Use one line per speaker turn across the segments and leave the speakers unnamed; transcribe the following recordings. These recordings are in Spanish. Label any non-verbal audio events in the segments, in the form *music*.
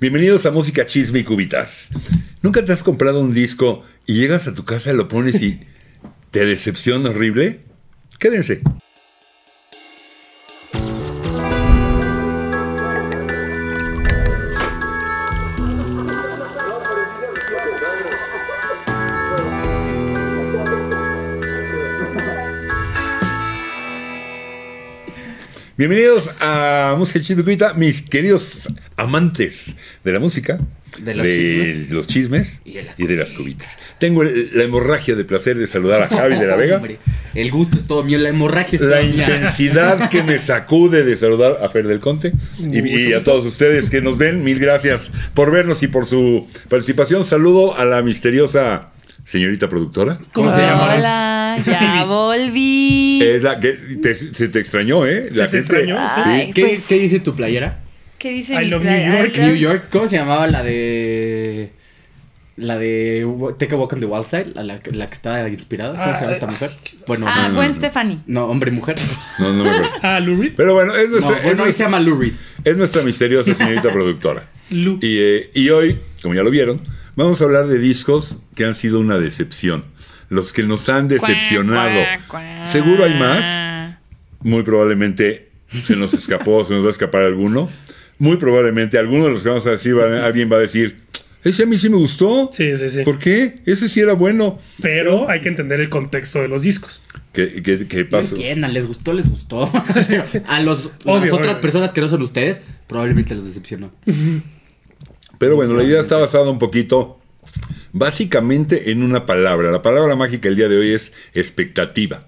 Bienvenidos a Música Chisme y Cubitas. ¿Nunca te has comprado un disco y llegas a tu casa, lo pones y te decepciona horrible? Quédense. Bienvenidos a Música Chisme y Cubita, mis queridos amantes de la música,
De los
de
chismes.
los chismes
Y de las
las cubitas. Tengo el- la hemorragia de placer de saludar a Javi de la Vega.
Hombre, el gusto es todo mío, la hemorragia es
la
toda mía.
intensidad que me sacude de saludar a Fer del Conte y, y a todos ustedes que nos ven. Mil gracias por vernos y por su participación. Saludo a la misteriosa señorita productora.
¿Cómo se llama?
Hola, ya
Stevie.
volví.
Es la que te- se te extrañó, ¿eh?
¿Se
La gente-
te extrañó?
Sí.
Ay,
¿Qué,
pues,
qué dice tu playera?
¿qué dice
I
mi
love
pla-
New York,
I love-
New York, ¿cómo se llamaba la de. La de Wa- Take a Walk on the Wild Side? La, la- la que está inspirada. ¿Cómo se llama esta mujer? Bueno,
Ah,
no,
Gwen Stefani.
no, hombre,
*laughs*
mujer.
No, no me acuerdo.
Ah, Lou Reed.
Pero bueno, es
No,
nuestra, es
bueno, ahí se
nuestra-
llama Lou Reed.
es nuestra misteriosa señorita productora.
Lou.
Y, eh, y hoy, como ya lo vieron, vamos a hablar de discos que han sido una decepción. Los que nos han decepcionado. Seguro hay más. Muy probablemente se nos escapó, se nos va a escapar alguno. Muy probablemente alguno de los que vamos a decir, va- alguien va a decir, ese a mí sí me gustó.
Sí, sí, sí.
¿Por qué? Ese sí era bueno.
Pero hay que entender el contexto de los discos.
¿Qué, qué- qué pasó?
¿Quién? ¿A les gustó? ¿Les gustó? *laughs* Pero a los, las
Obvio,
otras
obvio.
personas que no son ustedes, probablemente los decepcionó.
Pero bueno, la idea está basada un poquito, básicamente, en una palabra. La palabra mágica el día de hoy es expectativa.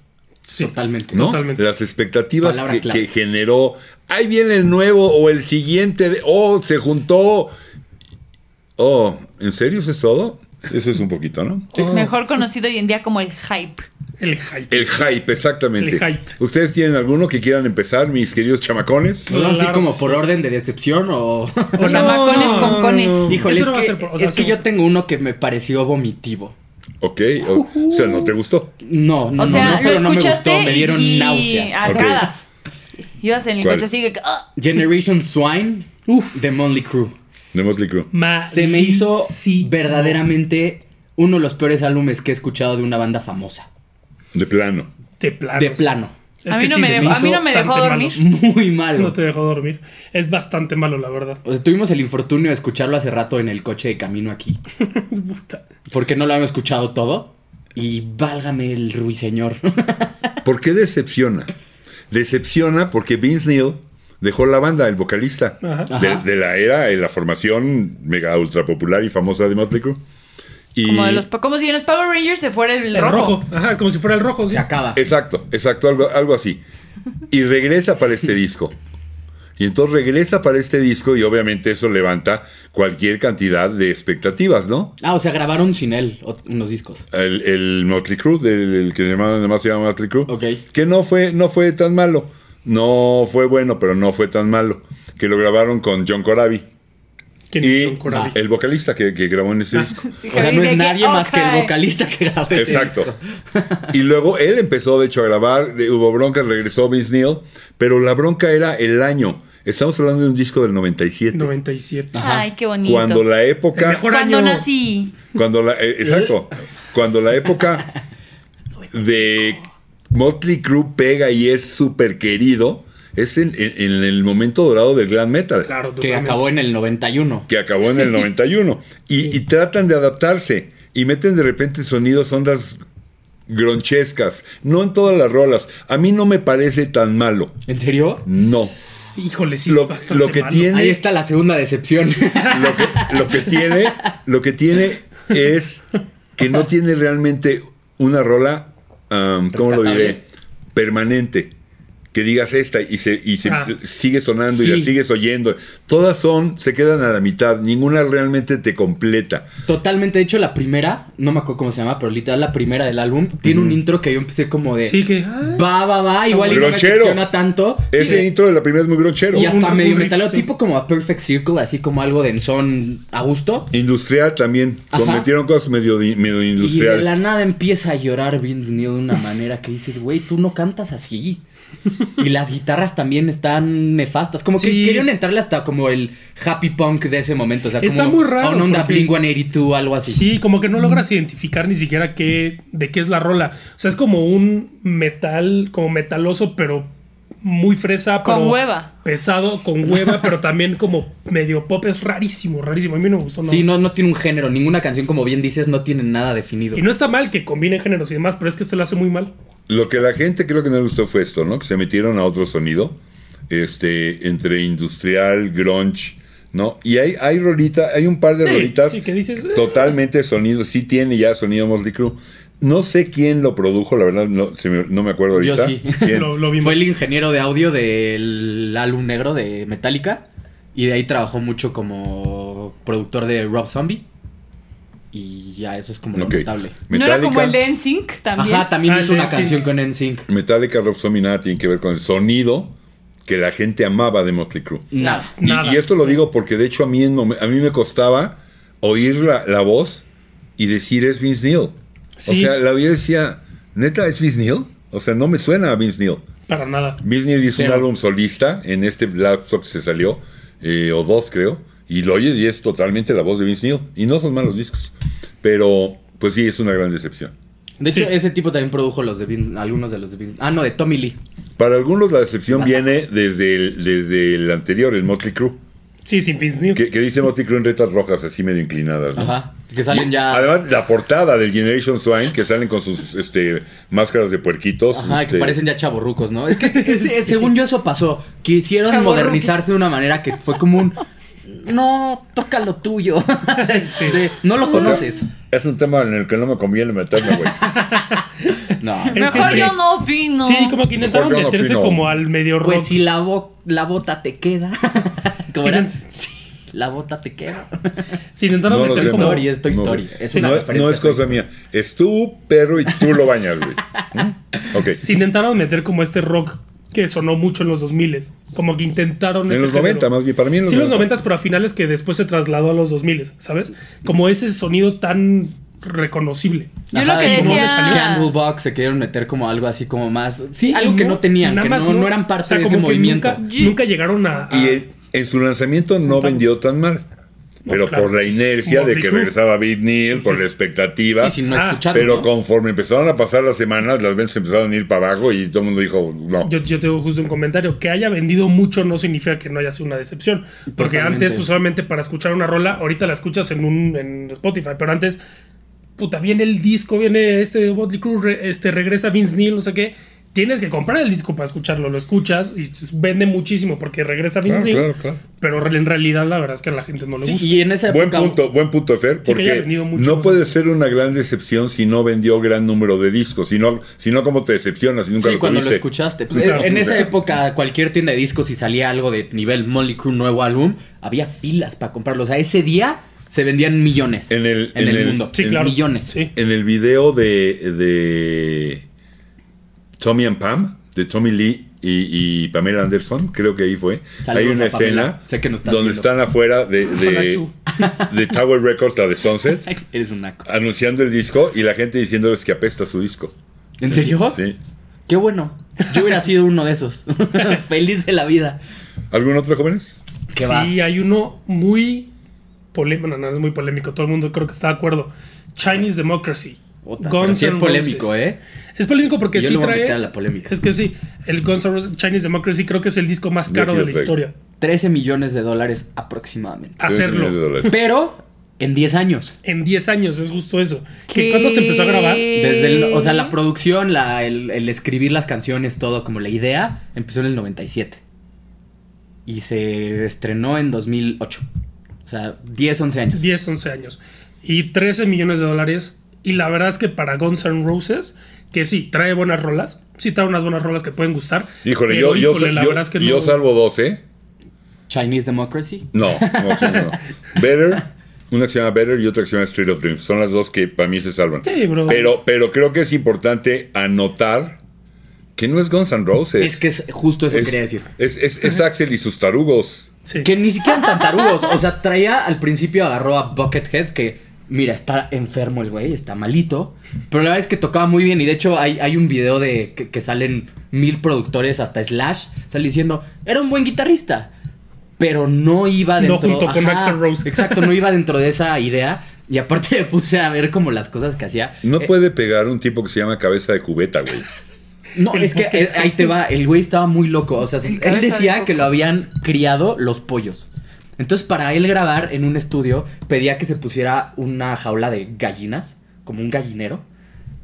Sí.
Totalmente.
¿no?
Totalmente.
Las expectativas
Palabra
que,
clave.
que generó. Ahí viene el nuevo o el siguiente, de- o se juntó. Oh, ¿en serio eso es todo? Eso es un poquito, ¿no?
Mejor conocido hoy en día como el hype.
El hype.
El hype, exactamente.
El hype.
¿Ustedes tienen alguno que quieran empezar, mis queridos chamacones?
¿No? Así
Claro.
como por orden de decepción o. *laughs*
O sea,
Chamacones
no,
con
no,
cones.
no.
Híjole,
Eso
es
no va a
que,
ser por- o sea,
es que
sí,
yo tengo uno que me pareció vomitivo.
Ok, o, o
Uh-huh.
sea, no te gustó.
No, no,
O sea,
no, no solo
lo
no me
escuchaste
gustó, me dieron
y,
náuseas.
Ok.
arcadas. Ibas en el
¿Cuál?
coche así que... ah,
Generation Swine de Monley Crew.
De Motley Crue.
Se me hizo
Malísimo.
verdaderamente uno de los peores álbumes que he escuchado de una banda famosa.
De plano.
De plano.
De plano.
Es
A
que
mí no
sí
me
se
dejó- a
hizo
mí no me dejó
bastante
dormir.
malo.
Muy malo.
No te dejó dormir. Es bastante malo, la verdad.
O sea, tuvimos el infortunio de escucharlo hace rato en el coche de camino aquí.
*laughs* Puta.
Porque no lo habíamos escuchado todo. Y válgame el ruiseñor. *laughs*
¿Por qué decepciona? Decepciona porque Vince Neil dejó la banda, el vocalista.
Ajá.
de,
Ajá.
de la era, en la formación mega ultra popular y famosa de Motley Crue. Y,
Como, de los, como si en los Power Rangers se fuera el,
El rojo. Ajá, como si fuera el rojo. sí.
Se acaba.
Exacto, exacto, algo, algo así. Y regresa para este disco. Y entonces regresa para este disco y obviamente eso levanta cualquier cantidad de expectativas, ¿no?
Ah, o sea, grabaron sin él ot- unos discos.
El, el Motley Crue, del el que se llama- además se llama Motley Crue,
Ok.
que no fue, no fue tan malo. No fue bueno, pero no fue tan malo. Que lo grabaron con John Corabi.
¿Quién
y
hizo un coral?
el vocalista que, que grabó en ese disco.
Sí,
O sea, no
dije
es
que,
nadie
oh,
más que el
hi.
vocalista que grabó ese
Exacto.
disco.
*laughs* Y luego él empezó, de hecho, a grabar, de- hubo broncas, regresó Vince Neil, pero la bronca era el año. Estamos hablando de un disco del 97.
97.
Ajá.
Ay, qué bonito.
Cuando la época...
El mejor
Cuando
año.
nací.
Cuando la, eh, exacto. Cuando la época de Motley Crue pega y es súper querido, es en, en- en el momento dorado del glam metal.
Claro,
Que
totalmente.
acabó en el 91.
que acabó en el 91. Y, y tratan de adaptarse y meten de repente sonidos, ondas gronchescas. No en todas las rolas. A mí no me parece tan malo.
¿En serio?
No.
Híjole, sí,
Lo-
bastante
lo que
malo.
tiene-
Ahí está la segunda decepción. *laughs*
Lo que, lo que tiene, lo que tiene es que no tiene realmente una rola, um, ¿cómo lo
Rescatable.
diré? Permanente. Que digas esta y se, y se-
Ah.
sigue sonando y la
Sí.
sigues oyendo. Todas son, se quedan a la mitad. Ninguna realmente te completa.
Totalmente, de hecho, la primera, no me acuerdo cómo se llama, pero literal la primera del álbum, tiene un intro que yo empecé como de.
Sí, que. ah,
Va, va, va, igual y no me
Gronchero.
decepciona tanto.
Ese intro de la primera es muy gronchero.
Y hasta
Un- un
medio
riff,
metalero,
sí.
tipo como a Perfect Circle, así como algo denzón a gusto.
Industrial también.
Ajá.
Cometieron cosas medio, di- medio
Y de
industrial.
la nada empieza a llorar Vince Neil de una manera que dices, güey, tú no cantas así. Y las guitarras también están nefastas. Como
Sí.
que querían entrarle hasta como el happy punk de ese momento. O sea,
Está
como
muy raro,
a una onda
porque-
Blink 182, algo así.
Sí, como que no logras identificar ni siquiera qué, de qué es la rola. O sea, es como un metal, como metaloso, pero muy fresa.
Con
pero
hueva.
Pesado, con hueva, pero también como medio pop. Es rarísimo, rarísimo. A mí no me gustó.
Sí, no, no tiene un género. Ninguna canción, como bien dices, no tiene nada definido.
Y no está mal que combinen géneros y demás, pero es que esto lo hace muy mal.
Lo que la gente creo que no le gustó fue esto, ¿no? Que se metieron a otro sonido, este, entre industrial, grunge, ¿no? Y hay, hay rolita, hay un par de
Sí,
rolitas
sí, que dices, eh.
totalmente sonido, sí tiene ya sonido Motley Crue. No sé quién lo produjo, la verdad, no, se me- no me acuerdo
Yo
ahorita.
sí.
*laughs* ¿Quién?
*laughs* Lo, lo vimos.
Fue el ingeniero de audio del álbum negro de Metallica. Y de ahí trabajó mucho como productor de Rob Zombie. Y ya eso es como
Ok.
notable.
¿No era como
Metallica-
el de NSYNC también?
Ajá, también
Ah,
hizo
el de
una canción
NSYNC.
con NSYNC.
Metallica Rob Zombie nada tiene que ver con el sonido que la gente amaba de Motley Crue.
Nada.
Y,
Nada.
y esto lo digo porque de hecho a mí, en mom- a mí me costaba oír la, la voz y decir es Vince Neil. O
Sí.
sea, la vida decía, neta es Vince Neil. O sea, no me suena a Vince Neil.
Para nada.
Vince Neil hizo
Cero.
un álbum solista en este laptop que se salió, eh, o dos creo, y lo oyes y es totalmente la voz de Vince Neil. Y no son malos discos. Pero, pues sí, es una gran decepción.
De hecho,
Sí.
ese tipo también produjo los de Vince- algunos de los de Vince- Ah, no, de Tommy Lee.
Para algunos la decepción viene desde el, desde el anterior, el Motley Crue.
Sí, sin Vince Neil.
Que, que dice Motley Crue en retas rojas, así medio inclinadas. ¿no?
Ajá. Que salen ya.
Además, la portada del Generation Swine, que salen con sus este, máscaras de puerquitos.
Ajá, que
este,
parecen ya chaborrucos, ¿no? Es que
*laughs*
es- es- según yo eso pasó. Quisieron
Chavorruqui.
modernizarse de una manera que fue como un. No, toca lo tuyo. *laughs* De, no lo conoces.
Es un tema en el que no me conviene meterme, güey.
*laughs*
No.
Es
Mejor
que sí.
yo no opino.
Sí, como que intentaron
Mejor yo no
meterse
opino.
como al medio rock.
Pues si la, bo- la bota te queda. *laughs* ¿Cómo
Sí,
era?
no.
Sí, la bota te queda.
Sí, intentaron
No lo
meterse
sé,
como...
no.
Story, es Toy
No,
Story.
güey.
Es una
No,
referencia
no es
a Toy
cosa mía. Es tu perro y tú lo bañas, güey. ¿Mm? Ok.
Sí, intentaron meter como este rock que sonó mucho en los 2000. Como que intentaron...
en
ese
los
género.
90, más bien. Para mí en los
Sí, los
90.
90, pero a finales que después se trasladó a los 2000, ¿sabes? Como ese sonido tan reconocible.
Yo lo que
y no
decía.
le salió.
Candlebox se querían meter como algo así como más. Sí, algo que
No,
no tenían,
nada
que
más
no, no eran parte
O sea,
de
como
ese
que
movimiento.
Nunca, nunca llegaron a. a-
Y en, en su lanzamiento no vendió tan mal. Pero
claro.
por la inercia de
Motley
que
Crue.
regresaba Big Neil, por la expectativa.
Sí, sin no
Ah,
escucharlo.
pero
¿no?
conforme empezaron a pasar las semanas, las ventas empezaron a ir para abajo y todo el mundo dijo, no.
yo, yo tengo justo un comentario. Que haya vendido mucho no significa que no haya sido una decepción. Porque
Totalmente.
antes, pues solamente para escuchar una rola, ahorita la escuchas en un en Spotify, pero antes, puta, viene el disco, viene este de Motley Crue, re- este, regresa Vince Neil, no sé qué. Tienes que comprar el disco para escucharlo, lo escuchas y pues, vende muchísimo porque regresa Vince
Claro,
Neil.
claro, claro.
Pero re- en realidad la verdad es que a la gente no le
Sí,
gusta.
y en esa
Buen
época.
punto, buen punto, Fer,
Sí, que haya
porque
vendido mucho,
no
¿no?
puede ser una gran decepción si no vendió gran número de discos, si no, si no como te decepcionas y nunca
Sí,
lo
cuando lo
tuviste.
escuchaste. Pues,
Claro,
en
pues,
esa
claro.
época, cualquier tienda de discos, si salía algo de nivel Molly Crew nuevo álbum, había filas para comprarlo. O sea, ese día se vendían millones.
En el- en el-
mundo.
Sí, claro.
Millones.
Sí.
En el video de, de Tommy and Pam, de Tommy Lee y, y Pamela Anderson, creo que ahí fue,
Saludos
hay una
a Pamela.
escena
Sé que nos estás
donde
viendo.
están afuera de, de, *laughs* de Tower Records, la de Sunset,
Ay, Eres un naco.
anunciando el disco y la gente diciéndoles que apesta su disco.
¿En serio?
Sí.
Qué bueno. Yo hubiera sido uno de esos. *laughs* Feliz de la vida.
¿Algún otro, jóvenes?
¿Qué
sí,
va?
hay uno muy polémico, no, no es muy polémico, todo el mundo creo que está de acuerdo. Chinese Democracy.
Ota, pero sí es
N'
polémico,
Roses.
¿eh?
Es polémico porque
Yo
sí
le voy a
trae.
meter a la polémica.
Es que sí, el Guns N' Roses Chinese Democracy creo que es el disco más caro de la
Guilty of
historia.
13 millones de dólares aproximadamente.
Tres
Hacerlo
millones de dólares.
Pero en 10 años.
en 10 años, es justo eso. ¿Que ¿Cuándo se empezó a grabar?
Desde el- o sea, la producción, la- el, el escribir las canciones, todo, como la idea, empezó en el 97. Y se estrenó en 2008. O sea, 10, 11 años.
10, 11 años. Y 13 millones de dólares. Y la verdad es que para Guns N' Roses, que sí, trae buenas rolas. Sí, trae unas buenas rolas que pueden gustar.
Híjole,
pero,
yo, yo,
híjole, la
yo-
verdad es que
yo
no-
salvo 12.
Chinese Democracy.
No, no, sí, no. Better, una que se llama Better y otra que se llama Street of Dreams. Son las dos que para mí se salvan.
Sí, bro.
Pero, pero creo que es importante anotar que no es Guns N' Roses.
Es que es justo eso
Es-
quería decir.
Es, es- es Axel y sus tarugos.
Sí.
Que ni siquiera eran tan tarugos. O sea, traía al principio, agarró a Buckethead, que mira, está enfermo el güey, está malito. Pero la verdad es que tocaba muy bien. Y de hecho, hay, hay un video de que, que salen mil productores, hasta Slash, sale diciendo, era un buen guitarrista. Pero no iba
No
dentro...
junto con
Ajá,
Axl Rose.
Exacto,
*laughs*
no iba dentro de esa idea. Y aparte me puse a ver como las cosas que hacía.
No
Eh,
puede pegar un tipo que se llama cabeza de cubeta, güey.
No,
El
es que
puto-
eh, ahí te va, el güey estaba muy loco. O sea,
El
él
cabeza de
decía
coco.
que lo habían criado los pollos. Entonces, para él grabar en un estudio, pedía que se pusiera una jaula de gallinas, como un gallinero,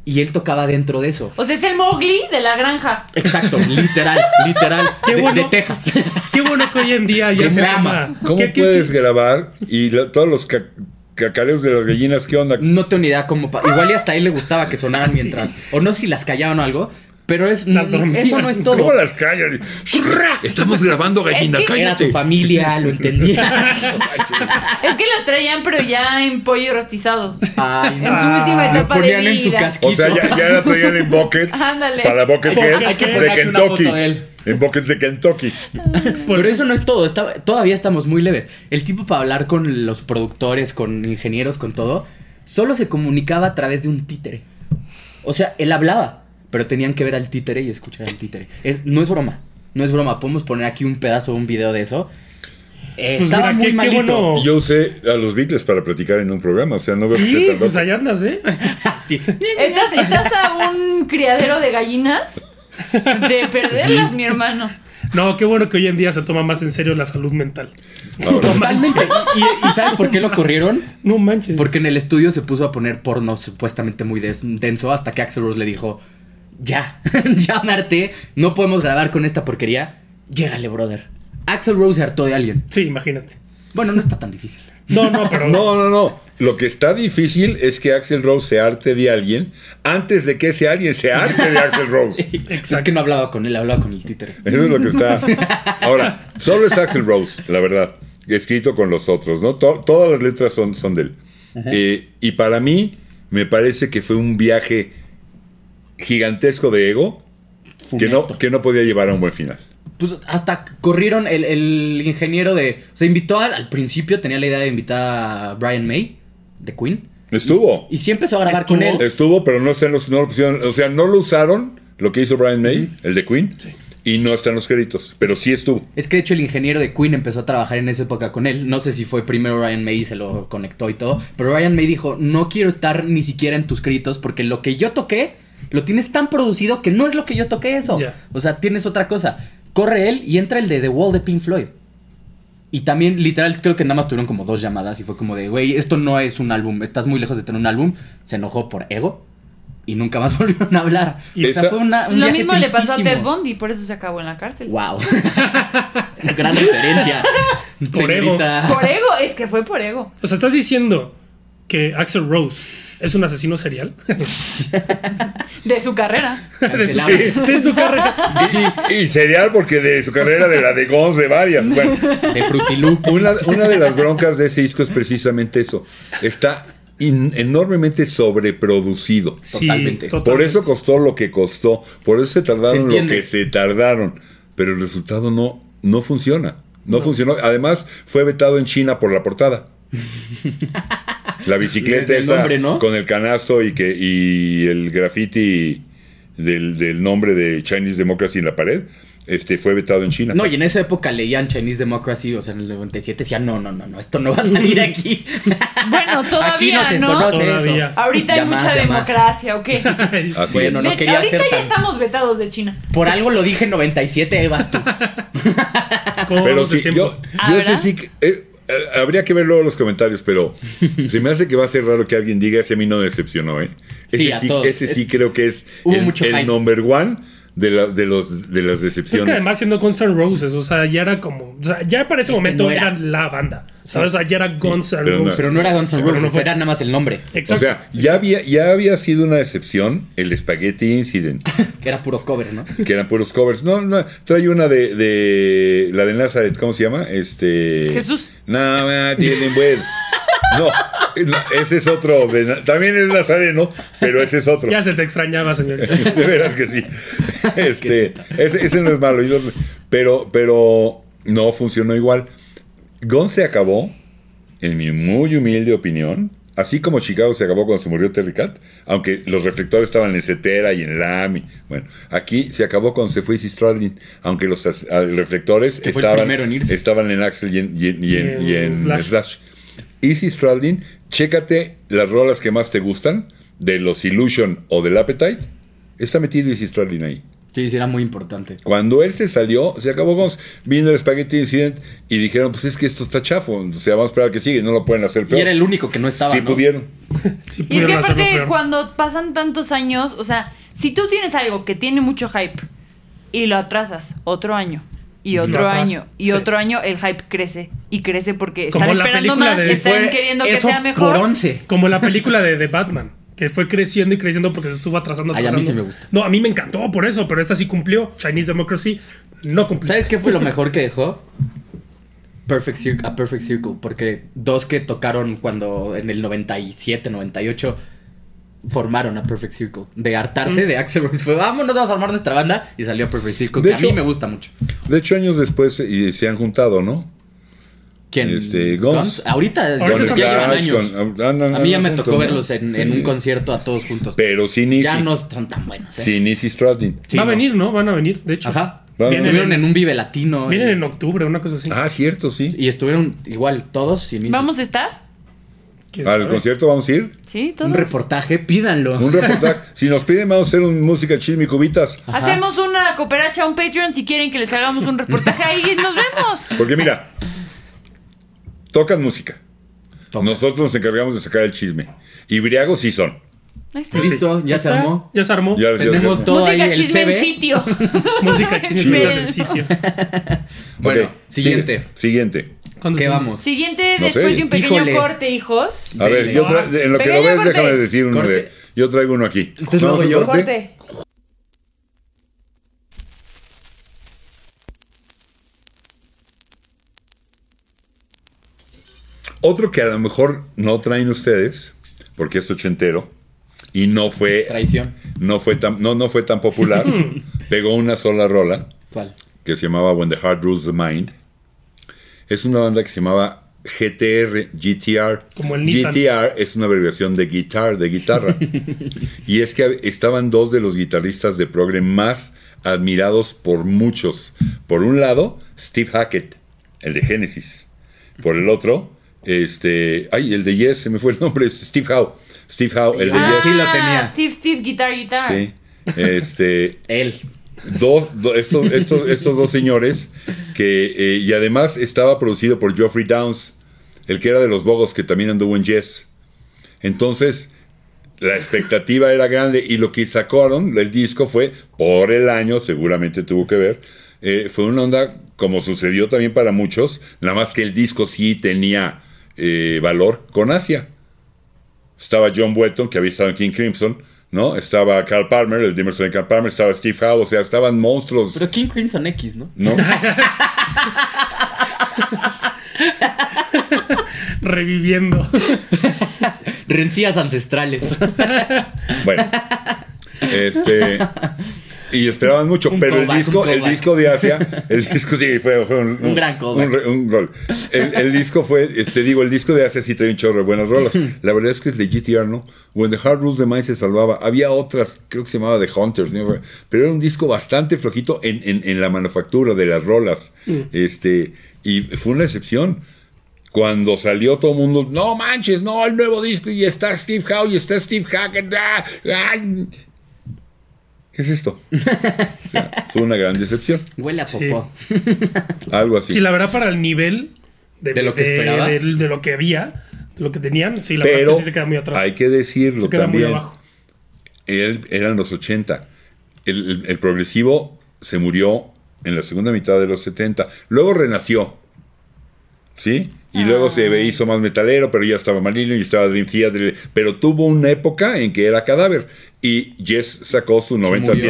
y él tocaba dentro de eso.
O sea, es el Mowgli de la granja.
Exacto, literal, literal,
Qué
de,
bueno.
de Texas.
Qué bueno que hoy en día ya
Que
se
me
toma.
ama.
¿Cómo
¿Qué- qué-
puedes grabar y la- todos los ca- cacareos de las gallinas, qué onda?
No tengo ni idea cómo. pa- Igual y hasta a él le gustaba que sonaran mientras, o no sé si las callaban o algo, pero es
Las
no-
dormían.
eso no es todo.
¿Cómo las callas? Estamos grabando gallina,
Es que-
Era su
cállate.
familia, lo entendía.
Es que las traían, pero ya en pollo rostizado.
Ay,
En
no.
su última
Lo
etapa de
ponían
vida.
en su casquito.
O sea, ya, ya la traían en buckets
Ándale.
para Buckethead
Hay que
de
ponerle una
Kentucky.
foto de él.
En buckets de Kentucky.
Pues-
Pero eso no es todo, está- todavía estamos muy leves. El tipo para hablar con los productores, con ingenieros, con todo, solo se comunicaba a través de un títere. O sea, él hablaba, pero tenían que ver al títere y escuchar al títere. Es, no es broma, no es broma. Podemos poner aquí un pedazo de un video de eso. Eh,
Pues
estaba
mira,
muy
qué- qué
malito. *laughs*
bueno.
Y Yo usé a los Beatles para platicar en un programa, o sea, no veo que
Oh. Sí,
sea tan
pues
loco.
allá andas, ¿eh? *laughs*
Ah, Sí.
¿Estás, estás a un criadero de gallinas de perderlas, mi hermano.
No, qué bueno que hoy en día se toma más en serio la salud mental.
Ahora,
Totalmente. ¿Y, y sabes por qué lo corrieron?
No manches.
Porque en el estudio se puso a poner porno supuestamente muy des- denso hasta que Axel Rose le dijo, ya, *laughs* ya me harté, no podemos grabar con esta porquería, llégale, brother. Axel Rose se hartó de alguien.
Sí, imagínate.
Bueno, no está tan difícil.
No, no,
*laughs* *laughs*
pero.
No, no, no. Lo que está difícil es que Axel Rose se arte de alguien antes de que ese alguien se arte de Axel Rose.
Es que no hablaba con él, hablaba con el títere.
Eso es lo que está. Ahora, solo es Axel Rose, la verdad. Escrito con los otros, ¿no? To- todas las letras son, son de él. Eh, y para mí, me parece que fue un viaje gigantesco de ego que no,
Funesto.
que no podía llevar a un buen final.
Pues hasta corrieron el, el ingeniero de... O sea, invitó al, al principio, tenía la idea de invitar a Brian May, de Queen.
Estuvo.
Y sí empezó a grabar con
Estuvo.
él.
Estuvo, pero no está en los. No lo pusieron- o sea, no lo usaron, lo que hizo Brian May, el de Queen, y no está en los créditos, pero sí estuvo.
Es que de hecho el ingeniero de Queen empezó a trabajar en esa época con él. No sé si fue primero Ryan May y se lo conectó y todo. Pero Ryan May dijo, no quiero estar ni siquiera en tus créditos porque lo que yo toqué lo tienes tan producido que no es lo que yo toqué eso.
Ya.
O sea, tienes otra cosa. Corre él y entra el de The Wall de Pink Floyd. Y también, literal, creo que nada más tuvieron como dos llamadas y fue como de, güey, esto no es un álbum, estás muy lejos de tener un álbum. Se enojó por ego y nunca más *laughs* volvieron a hablar.
Y
o sea,
esa-
fue una, un
Lo
viaje
mismo le pasó a
tristísimo.
Ted Bundy, por eso se acabó en la cárcel.
Wow. *laughs* Gran referencia.
Por ego. *laughs*
señorita.
Por ego, es que fue por ego.
O sea, estás diciendo que Axel Rose es un asesino serial *laughs*
De su carrera.
de, su,
Cancelable.
de su carrera.
Y, y serial porque de su carrera de la de Gons, de varias. Bueno,
De Frutilú.
una, una de las broncas de ese disco es precisamente eso. Está in- enormemente sobreproducido.
Sí,
Totalmente.
Por
*laughs*
eso costó lo que costó, por eso se
Se
tardaron lo
entiende.
que se tardaron, pero el resultado no, no funciona. No, funcionó. Además, fue vetado en China por la portada.
*laughs*
La bicicleta
Desde el
esa
nombre, ¿no?
con el canasto y que y el graffiti del, del nombre de Chinese Democracy en la pared, este fue vetado en China.
No, y en esa época leían Chinese Democracy, o sea, en el 97 decían, no, no, no, no, esto no va a salir aquí.
Bueno,
aquí
todavía
no se
no.
conoce
Todavía.
eso.
Ahorita hay
Ya más,
mucha
ya más.
democracia, ¿ok?
Así
Bueno,
es.
*laughs* no quería
Ahorita
ser
ya
tan-
estamos vetados de China.
Por algo lo dije en 97, ahí
*laughs*
vas tú.
Pero sí, yo,
Ah,
yo
¿verdad?
sé sí que- eh, eh, habría que ver luego los comentarios, pero se me hace que va a ser raro que alguien diga ese a mí no decepcionó, ¿eh? Ese
Sí, a todos.
ese sí creo que es
Hubo
el,
mucho
el
hype.
number one de, la- de los, de las decepciones.
Pues Es que además siendo Guns N' Roses, o sea, ya era como. O sea, ya para ese
Es que
momento
Este no
era.
era.
la banda. ¿Sabes? O sea, ya era Guns N'
pero no-
Roses.
Pero no era Guns N'
Pero no
Roses,
fue-
era nada más el nombre.
o
Exacto.
sea, ya había, ya había sido una decepción el Spaghetti Incident,
Que era puro cover, ¿no?
que eran puros covers. No, no, trae una de, de la de Nazareth, ¿cómo se llama? Este.
Jesús.
No, no, tienen buen. No, no, ese es otro. de Na- también es Nazareno, pero ese es otro.
ya se te extrañaba,
*laughs*
señor.
De veras que sí. Este, ese, ese no es malo. yo- Pero, pero no funcionó igual. Gon se acabó, en mi muy humilde opinión, Así como Chicago se acabó cuando se murió Terry Cat, aunque los reflectores estaban en Cetera y en Lam, y- bueno, aquí se acabó cuando se fue Izzy Stradlin, aunque los as- a- reflectores
Que fue el
estaban,
primero en irse.
estaban en Axel y en, y en- y en- y en
Slash.
Slash. Izzy Stradlin, chécate las rolas que más te gustan, de los Illusion o del Appetite, está metido Izzy Stradlin ahí.
Sí, sí, era muy importante.
Cuando él se salió, se acabó con vino el Spaghetti Incident y dijeron, pues es que esto está chafo, o sea, vamos a esperar a que sigue, no lo pueden hacer
Y
peor.
era el único que no estaba.
sí
¿no?
pudieron.
Y
Sí,
es que
pudieron hacerlo
aparte,
peor.
cuando pasan tantos años, o sea, si tú tienes algo que tiene mucho hype y lo atrasas otro año y otro
atrasas,
año y
sí.
otro año, el hype crece y crece porque
Como
están
la
esperando más,
película de-
están
Fue
queriendo que
eso
sea mejor.
Por 11.
Como la película de, de Batman, que fue creciendo y creciendo porque se estuvo atrasando.
Ay, a mí
atrasando.
sí me gusta.
No, a mí me encantó por eso, pero esta sí cumplió. Chinese Democracy no cumplió.
¿Sabes qué fue lo mejor que dejó? Perfect Circle, a Perfect Circle, porque dos que tocaron cuando en el 97, 98 formaron a Perfect Circle. De hartarse
Mm.
de Axel Rose fue, vámonos, vamos a armar nuestra banda y salió Perfect Circle,
De
que a mí
hecho-
me gusta mucho.
De hecho, años después eh, y se han juntado, ¿no?
¿Quién?
Este, Guns.
Ahorita,
Ahorita
ya
son
llevan
Slash,
años.
con- andan-
a mí ya me
andan
tocó
juntos,
verlos
¿no?
en, en un
Sí.
concierto a todos juntos.
Pero sin Izzy.
ya no son tan buenos, ¿eh?
Sin Izzy Stradlin.
Sí,
Va a
no.
venir, ¿no? Van a venir, de hecho.
Ajá.
Van a
Estuvieron
venir.
en un Vive Latino. y-
Vienen en octubre, una cosa así.
Ah, cierto, sí.
Y estuvieron igual todos sin Izzy.
¿Vamos a estar?
¿Quién
Al
sabe?
concierto vamos a ir.
Sí, todos.
un reportaje, pídanlo. *laughs*
Un reportaje. si nos piden, vamos a hacer un música chisme y cubitas.
Ajá.
Hacemos una cooperacha, un Patreon si quieren que les hagamos un reportaje ahí y nos vemos.
Porque mira, tocan música.
Tocan.
Nosotros nos encargamos de sacar el chisme. Y briagos sí son.
Ahí está.
Pues sí.
Listo, ya se
Está,
armó.
Ya se armó.
Ya- ya-
Tenemos
ya-
todo ahí
Música
el
chisme en
CV.
sitio.
*laughs* Música chisme
Esperen.
en el sitio.
Bueno,
Ok,
siguiente.
sigue- Siguiente.
¿Cuándo
¿Qué
tenemos?
vamos?
Siguiente,
No sé.
después de un pequeño
Híjole.
corte, hijos.
A ver,
Dele.
yo tra- en lo que lo
Pequeño
ves,
corte.
déjame decir uno
Corte.
de. Yo traigo uno aquí.
Entonces, ¿lo
Vamos
hago
a
yo?
corte.
Corte.
Otro que a lo mejor no traen ustedes, porque es ochentero, y no fue,
Traición.
no fue tan, no, no fue tan
*laughs*
popular, pegó una sola rola,
¿Cuál?
que se llamaba When the Heart Rules the Mind. Es una banda que se llamaba GTR, GTR.
Como el Nissan.
GTR es una abreviación de guitar, de
*laughs*
guitarra. y es que estaban dos de los guitarristas de progre más admirados por muchos. Por un lado, Steve Hackett, el de Genesis. Por el otro, este, ay, el de Yes, se me fue el nombre, es Steve Howe. Steve Howe, el de
Ah,
Yes.
sí lo tenía.
Steve, Steve, guitar, guitar.
Sí. Este,
Él.
dos, do- estos, estos, estos dos señores que eh, y además estaba producido por Geoffrey Downs, el que era de los Bogos que también anduvo en Yes. Entonces, la expectativa era grande y lo que sacaron del disco fue por el año, seguramente tuvo que ver, eh, fue una onda como sucedió también para muchos, nada más que el disco sí tenía eh, valor con Asia. Estaba John Wetton, que había estado en King Crimson, ¿no? Estaba Carl Palmer, el de Emerson y Carl Palmer, estaba Steve Howe, o sea, estaban monstruos,
Pero King Crimson X, ¿no?
¿no?
Reviviendo.
Rencillas ancestrales.
Bueno, este. Y esperaban mucho,
Un
pero el
callback,
disco,
un
el
callback.
disco de Asia, el disco sí fue, fue un,
Un gran callback.
un re- un gol. El, el disco fue, te digo, el disco de Asia sí trae un chorro de buenas rolas. La verdad es que es de GTR, ¿no? When the Hard Rules the Mind se salvaba. Había otras, creo que se llamaba The Hunters, ¿no? pero era un disco bastante flojito en, en- en la manufactura de las rolas. Este, y fue una excepción. Cuando salió todo el mundo, no manches, no, el nuevo disco, y está Steve Howe, y está Steve Hackett. ah, ay". ¿Qué es esto? O sea, fue una gran decepción.
*laughs* Huele a
Sí.
popó.
Algo
Sí.
así.
la verdad, para el nivel de,
¿De lo que esperabas?
de- de lo que había, de lo que tenían, sí, la verdad
Pero
es que sí se queda muy atrás.
hay que decirlo
se queda
también.
muy abajo.
Él- eran los 80. El, el- el progresivo se murió en la segunda mitad de los 70. Luego renació. ¿Sí? Y luego se hizo más metalero, pero ya estaba Marino y estaba Dream Theater. Pero tuvo una época en que era cadáver. Y Jess sacó su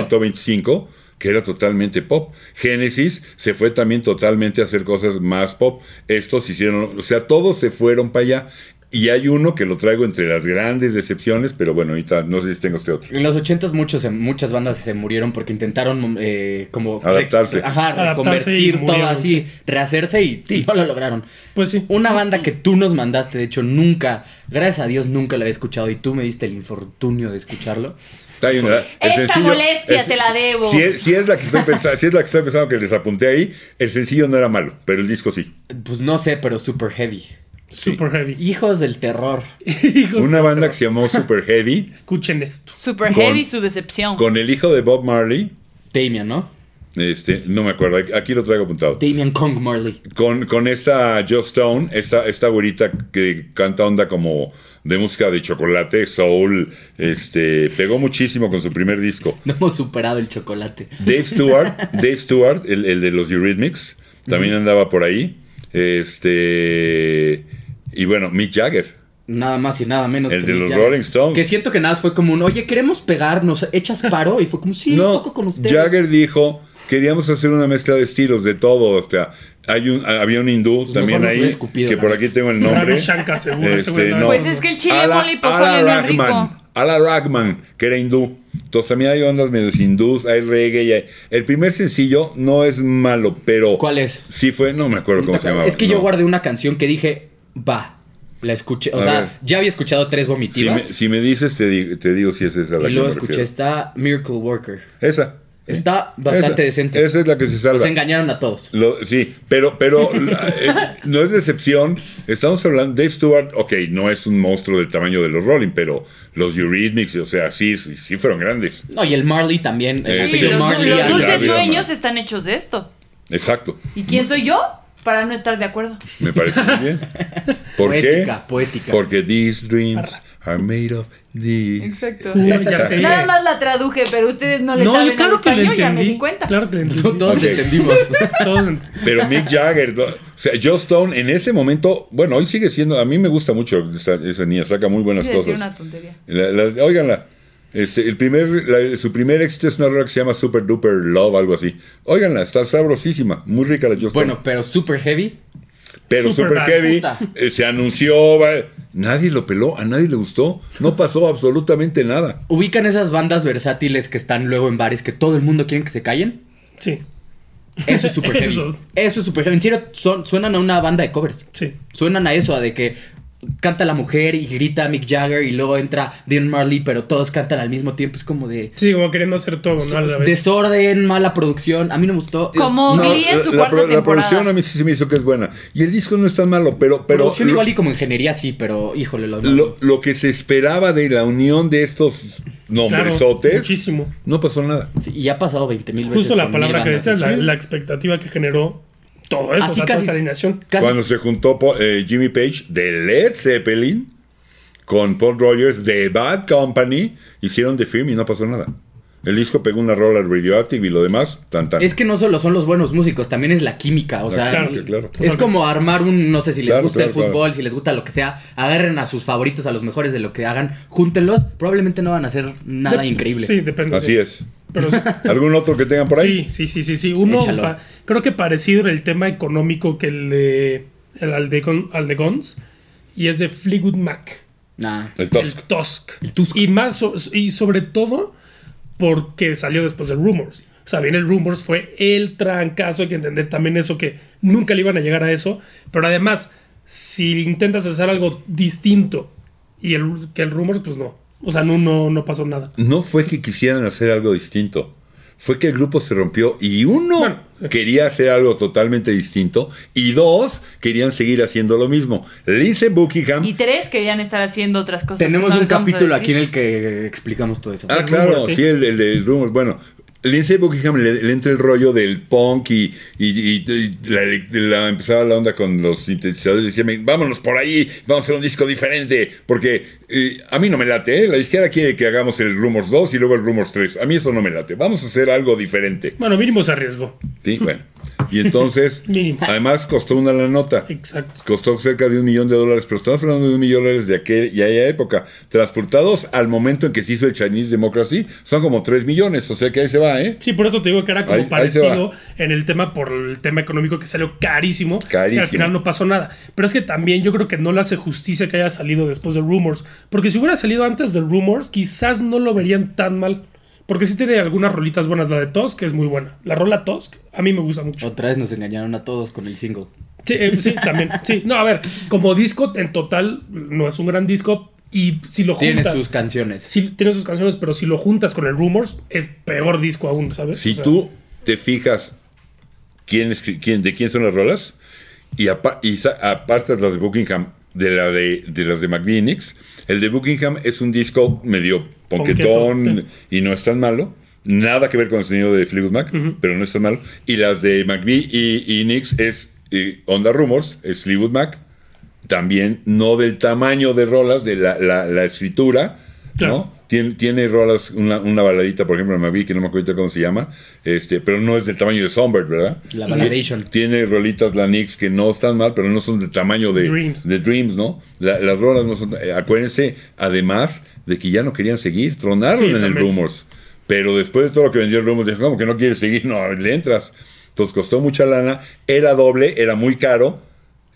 90-125, que era totalmente pop. Genesis se fue también totalmente a hacer cosas más pop. Estos hicieron, o sea, todos se fueron para allá. Y hay uno que lo traigo entre las grandes decepciones, pero bueno, ahorita no sé si tengo este otro.
En los 80 muchos, em, muchas bandas se murieron porque intentaron eh, como... re-
Adaptarse.
Ajá,
Adaptarse y
reconvertir todo
murieron,
así, rehacerse y no lo lograron.
Pues sí.
Una banda que tú nos mandaste, de hecho, nunca, gracias a Dios, nunca la había escuchado y tú me diste el infortunio de escucharlo.
Está bien, ¿verdad? El
Esta molestia te la debo.
Si es, si es la que estoy pensando, si es la que estoy pensando que les apunté ahí, el sencillo no era malo, pero el disco sí.
Pues no sé, pero super heavy.
Super heavy.
Hijos del terror.
Hijos,
Una banda que se llamó Super Heavy
Escuchen esto.
Super
Con-
heavy su decepción.
con el hijo de Bob Marley.
Damian, ¿no?
Este, no me acuerdo, aquí lo traigo apuntado.
Damian Kong Marley. *laughs*
Con, con esta Joss Stone, esta, esta güerita que canta onda como de música de chocolate, soul, este, pegó muchísimo con su primer disco.
No hemos superado el chocolate.
Dave
*laughs*
Stewart, Dave Stewart, el, el de los Eurythmics, también andaba por ahí. Este y bueno, Mick Jagger.
Nada más y nada menos.
El de
Mick
los
Jagger.
Rolling Stones.
Que siento que nada más fue como un, oye, queremos pegarnos, echas paro. Y fue como, sí, un poco con ustedes.
Jagger dijo, queríamos hacer una mezcla de estilos, de todo. O sea, hay un, había un hindú
Pues
también
mejor nos
ahí,
hubiera escupido,
que
la
por
neta.
aquí tengo el nombre.
Ravi Shankar, seguro.
Este,
ese güey
no.
andaba-
Pues es que el chile mole y pozole
Ala
es bien rico.
Ragman, Ala Ragman, que era hindú. Entonces también hay ondas medio hindús, hay reggae. y hay- El primer sencillo no es malo, pero...
¿Cuál es?
Sí fue, no me acuerdo cómo se llamaba.
Es que yo
no.
guardé una canción que dije, va. La escuché, o
A
sea,
ver.
ya había escuchado tres
Si me,
vomitivas.
si me dices, te, di- te digo si es esa la
y
que
luego
me
escuché
refiero.
esta Miracle Worker.
Esa.
Está bastante
Esa.
decente.
Esa es la que se salva.
Nos engañaron a todos.
Lo- sí, pero,
*laughs*
pero la- eh, no es decepción. Estamos hablando, Dave Stewart, ok, no es un monstruo del tamaño de los Rolling, pero los Eurythmics, o sea, sí, sí, sí fueron grandes.
No, y el Marley también.
Eh,
El
Sí,
Este,
apellido
los,
Marley.
los
ya
así.
dulces
sabía,
sueños
¿no?
están hechos de esto.
Exacto,
¿Y quién soy yo para no estar de acuerdo?
me parece muy
*laughs*
bien. ¿Por
Poética,
qué?
poética.
Porque these dreams are made of these.
Exacto.
Uy, ya sé.
Nada más la traduje, pero ustedes no le
No,
saben
yo claro
al
que lo
español, ya me
entendí.
di cuenta.
Claro que lo entendí.
Todos
Ok. *laughs*
entendimos.
Todos ent-
Pero Mick Jagger, do- o sea, Joe Stone en ese momento, bueno, hoy sigue siendo, a mí me gusta mucho esa, esa niña, saca muy buenas
Iba a decir
cosas.
una tontería.
La- la- óiganla. Este, el primer, la- su primer éxito es una rola que se llama Super Duper Love, algo así. Óiganla, está sabrosísima, muy rica la Just
bueno, pero super heavy.
pero Super,
Superbad,
Heavy
puta.
eh, se anunció, va- nadie lo peló, a nadie le gustó, no pasó absolutamente nada.
Ubican esas bandas versátiles que están luego en bares que todo el mundo quiere que se callen.
Sí,
Eso es
*laughs*
super heavy.
Esos.
Eso es super heavy. En serio, son- suenan a una banda de covers.
sí.
Suenan a eso, a de que canta la mujer y grita Mick Jagger y luego entra Dean Marley, pero todos cantan al mismo tiempo. Es como de
Sí, como queriendo hacer todo, ¿no? A la vez.
desorden, mala producción. A mí no me gustó.
Como
No,
Glee en su
la,
cuarta
pro- la
temporada.
producción a mí sí se me hizo que es buena. Y el disco no es tan malo, pero... pero
producción
lo-
igual y como ingeniería sí, pero híjole, lo
lo, lo que se esperaba de la unión de estos
Claro,
nombresotes,
muchísimo.
no pasó nada.
Sí, y ha pasado 20 mil veces.
Justo la
con
palabra
mil
que
bandas.
decías, la, la expectativa que generó todo eso,
Así
o sea, toda
casi-
esa alineación.
Casi-
Cuando se juntó Po- eh, Jimmy Page de Led Zeppelin con Paul Rogers de Bad Company, hicieron The Film y no pasó nada. El disco pegó una rola al Radioactive y lo demás, tan tan.
Es que no solo son los buenos músicos, también es la química, o
La
sea,
química, Ah, claro.
es como armar un, no sé si les
Claro,
gusta el
claro, claro.
fútbol, si les gusta lo que sea, agarren a sus favoritos, a los mejores de lo que hagan, júntenlos, probablemente no van a hacer nada
De-
increíble.
Sí, depende.
Así es.
Pero
¿Algún otro que tengan *laughs* por ahí?
eh, sí, sí, sí, sí, sí. Uno,
Échalo.
pa- creo que parecido era el tema económico que el de, el al de, Gon- al de Guns, y es de Fleetwood Mac.
Nah.
El Tusk.
El Tusk.
El Tusk.
Y, más so- y sobre todo porque salió después del Rumors. O sea, bien, el Rumors fue el trancazo. Hay que entender también eso, que nunca le iban a llegar a eso. Pero además, si intentas hacer algo distinto y el, que el Rumors, pues no. O sea, no, no, no pasó nada.
No fue que quisieran hacer algo distinto. Fue que el grupo se rompió y uno
Bueno, sí.
quería hacer algo totalmente distinto y dos querían seguir haciendo lo mismo. Lindsey Buckingham
Y tres querían estar haciendo otras cosas.
Tenemos
que no
un
les vamos a
capítulo aquí
decir.
en el que explicamos todo eso.
Ah,
El
claro,
Rumors,
sí,
sí.
el, el de Rumors. Bueno, Lindsay Buckingham le, le entra el rollo del punk y, y- y- y la, la- empezaba la onda con los sintetizadores. Decía, "Me- vámonos por ahí, vamos a hacer un disco diferente. Porque eh, a mí no me late, ¿eh? la izquierda quiere que hagamos el Rumors 2 y luego el Rumors 3. A mí eso no me late, vamos a hacer algo diferente.
Bueno, mínimo se arriesgó.
Sí, bueno. Y entonces,
Mínimo.
además costó una la nota.
Exacto.
Costó cerca de un millón de dólares, pero estamos hablando de un millón de dólares de aquel y aquella época. Transportados al momento en que se hizo el Chinese Democracy, son como tres millones, o sea que ahí se va. va, ¿eh?
Sí, por eso te digo que era como
Ahí- ahí
parecido
se
en el tema por el tema económico que salió carísimo. Y
Carísimo.
al final no pasó nada. Pero es que también yo creo que no le hace justicia que haya salido después de Rumors. Porque si hubiera salido antes de Rumors, quizás no lo verían tan mal. Porque sí tiene algunas rolitas buenas. La de Tusk es muy buena. La rola Tusk a mí me gusta mucho.
Otra vez nos engañaron a todos con el single.
Sí, eh,
*laughs*
sí, también. Sí, no, a ver, como disco en total no es un gran disco. Y si lo
Tiene
juntas.
sus canciones.
sí, tiene sus canciones, pero si lo juntas con el Rumors, es peor disco aún, ¿sabes?
Si
O sea,
tú te fijas quién es, quién, de quién son las rolas y, apa- y sa- apartas las de Buckingham de, la de, de las de McVinix, el de Buckingham es un disco medio ponquetón
Ponqueto,
y no es tan malo. Nada que ver con el sonido de Fleetwood Mac, pero no es tan malo. Y las de McVie y, y Nix es eh, Onda Rumors, es Fleetwood Mac. También no del tamaño de rolas, de la, la- la escritura,
Claro.
¿no? Tiene, tiene rolas, una, una baladita, por ejemplo, de McVie, que no me acuerdo ahorita cómo se llama, este, pero no es del tamaño de Songbird, ¿verdad?
La Validation.
Tiene rolitas la Nix que no están mal, pero no son del tamaño de
Dreams.
de Dreams, ¿no? La- las rolas no son. eh, acuérdense, además, de que ya no querían seguir, tronaron
Sí,
en el
también.
Rumors. Pero después de todo lo que vendió el Rumors, dijo, ¿cómo que no quieres seguir? No, le entras. Entonces costó mucha lana, era doble, era muy caro.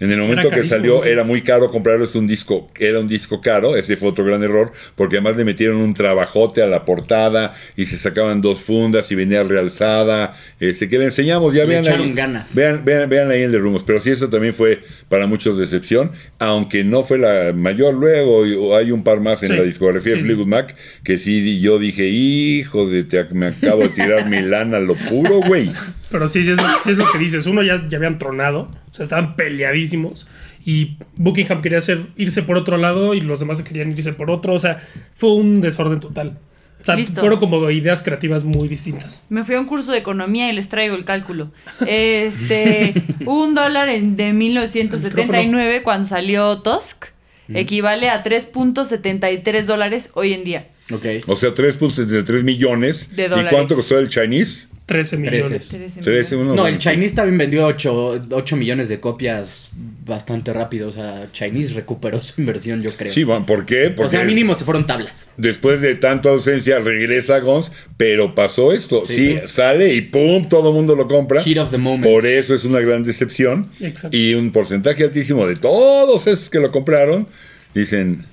En el momento que
carísimo,
salió
sí.
era muy caro comprarlo, es un disco, era un disco caro, ese fue otro gran error, porque además le metieron un trabajote a la portada y se sacaban dos fundas y venía realzada, este que le enseñamos, ya
Le
vean
echaron
ahí,
ganas.
Vean, vean, vean ahí el de Rumos, pero sí eso también fue para muchos decepción, aunque no fue la mayor luego, y- o hay un par más en
Sí.
la discografía de
Sí, sí.
Fleetwood Mac, que sí di- yo dije, hijo de te, me acabo de tirar mi lana a lo puro, güey.
Pero sí, sí es, sí es lo que dices. Uno ya, ya habían tronado, o sea, estaban peleadísimos. Y Buckingham quería hacer, irse por otro lado y los demás querían irse por otro. O sea, fue un desorden total. O sea,
Listo.
fueron como ideas creativas muy distintas.
Me fui a un curso de economía y les traigo el cálculo.
*laughs*
Este, un dólar en- de 1979 cuando salió Tusk equivale a 3.73 dólares hoy en día.
Ok.
O sea, 3.73 millones.
De
¿Y
dólares.
cuánto costó el Chinese?
13 millones.
Trece.
Trece, uno,
No, el
bueno.
Chinese también vendió 8, millones de copias bastante rápido. O sea, Chinese recuperó su inversión, yo creo.
Sí, bueno, ¿por qué? Porque
o sea, mínimo se fueron tablas.
después de tanta ausencia regresa Gons, pero pasó esto.
Sí,
Sí,
sí.
sale y ¡pum! Todo el mundo lo compra.
Heat of the moment.
Por eso es una gran decepción.
Exacto.
Y un porcentaje altísimo de todos esos que lo compraron dicen,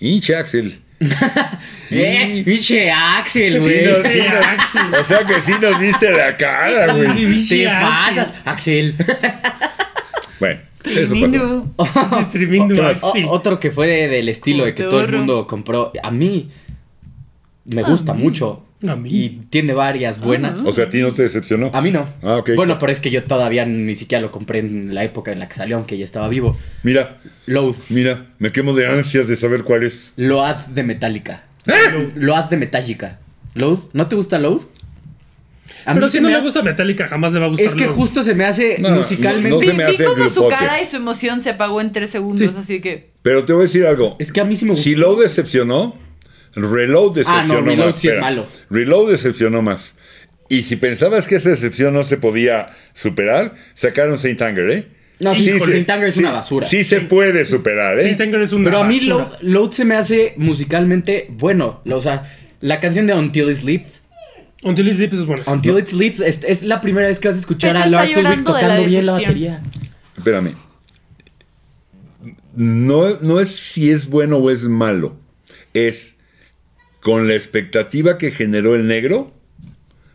hinche Axel.
*laughs* ¡Eh!
Y-
¡Pinche Axel,
Sí,
güey!
no, sí,
*laughs*
no. O sea que sí nos viste la cara, güey.
¡Te
ah,
pasas, Axel!
Bueno, eso pasó.
Mindu.
Sí, tremendo,
O-
Axel.
o- otro que fue de- del estilo de que todo el
Cotorro.
mundo compró. A mí me gusta mucho.
A mí.
Y tiene varias buenas.
Ah. O sea, a ti no te decepcionó.
A mí no.
Ah, ok.
Bueno, pero es que yo todavía ni siquiera lo compré en la época en la que salió, aunque ya estaba vivo.
Mira,
Load.
mira, me quemo de ansias de saber cuál es.
Load de Metallica.
¡Ah!
Load de Metallica. Load. ¿No te gusta Load? A
Pero
mí se
si no
me
le
hace-
gusta Metallica, jamás le va a gustar.
Es que
luego.
justo se me hace
No, no,
musicalmente.
no se
Vi,
me
vi
hace el
cómo su
grupote.
cara y su emoción se apagó en tres segundos,
Sí.
así que
Pero te voy a decir algo.
Es que a mí sí me gusta.
Si Low decepcionó, Reload
Ah,
decepcionó
no, Reload
más.
sí es
Espera.
malo.
Reload decepcionó más. Y si pensabas que esa decepción no se podía superar, sacaron Saint Anger, ¿eh?
No, sí,
se-
Saint Anger es
sí-
una basura.
Sí se puede superar, ¿eh?
Sí, Tanger es una
Pero a mí
basura.
Load, Load se me hace musicalmente bueno. O sea, la canción de Until It Sleeps.
Until It Sleeps es buena.
Until It Sleeps es, es la primera vez que vas a escuchar
Pepe
a
está
Lars Ulrich
llorando de la
tocando bien la
decepción.
batería.
Espérame. No, no es si es bueno o es malo. Es con la expectativa que generó el negro,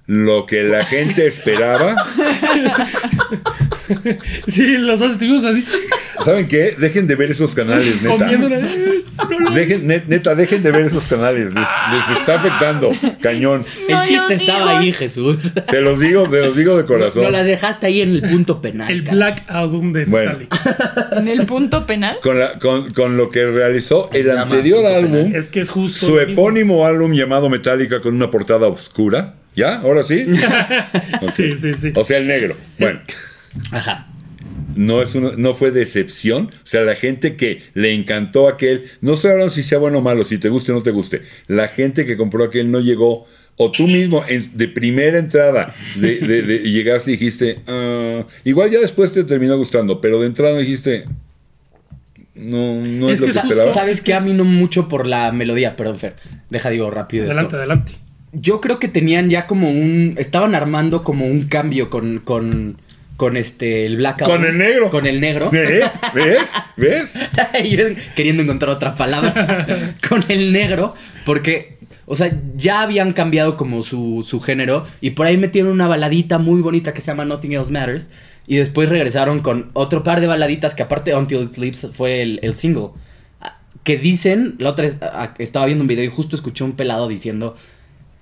lo que la gente
*laughs*
esperaba.
Sí, las haces tuvimos así,
¿Saben qué? Dejen de ver esos canales, neta.
comiéndole.
Dejen, ne- neta, dejen de ver esos canales. Les, les está afectando. Cañón.
El
No
chiste
lo
estaba
digas.
ahí,
*laughs*
Jesús.
Te los digo, te los digo de
No
corazón.
las dejaste ahí en el punto penal.
El
cara.
Black Album de
Bueno.
Metallica.
en el punto penal.
Con, la- con- con lo que realizó el
llama
anterior
Punto
álbum,
Es que es justo.
su
lo mismo.
epónimo álbum llamado Metallica con una portada oscura. ¿Ya? ¿Ahora
*laughs*
sí?
Sí, sí, sí.
O sea, el negro. Bueno,
Ajá.
no, es una- no fue decepción. O sea, la gente que le encantó aquel, no sé ahora si sea bueno o malo, si te guste o no te guste. La gente que compró aquel no llegó. O tú mismo, en- de primera entrada, de, de- de- y llegaste y dijiste, "Ah", igual ya después te terminó gustando, pero de entrada dijiste, no, no es,
Es
lo
que
que
es justo-
esperaba.
Sabes que a mí no mucho por la melodía, perdón, Fer. Deja digo rápido. esto.
Adelante, adelante.
yo creo que tenían ya como un. Estaban armando como un cambio con. con con este el blackout.
Con el negro.
Con el negro.
¿Eh? ¿Ves? ¿Ves?
*laughs* Y yo queriendo encontrar otra palabra. con el negro. Porque. O sea, ya habían cambiado como su, su género. Y por ahí metieron una baladita muy bonita que se llama Nothing Else Matters. Y después regresaron con otro par de baladitas que aparte de Until It Sleeps fue el, el single. Ah, Que dicen, la otra es- ah, estaba viendo un video y justo escuché un pelado diciendo,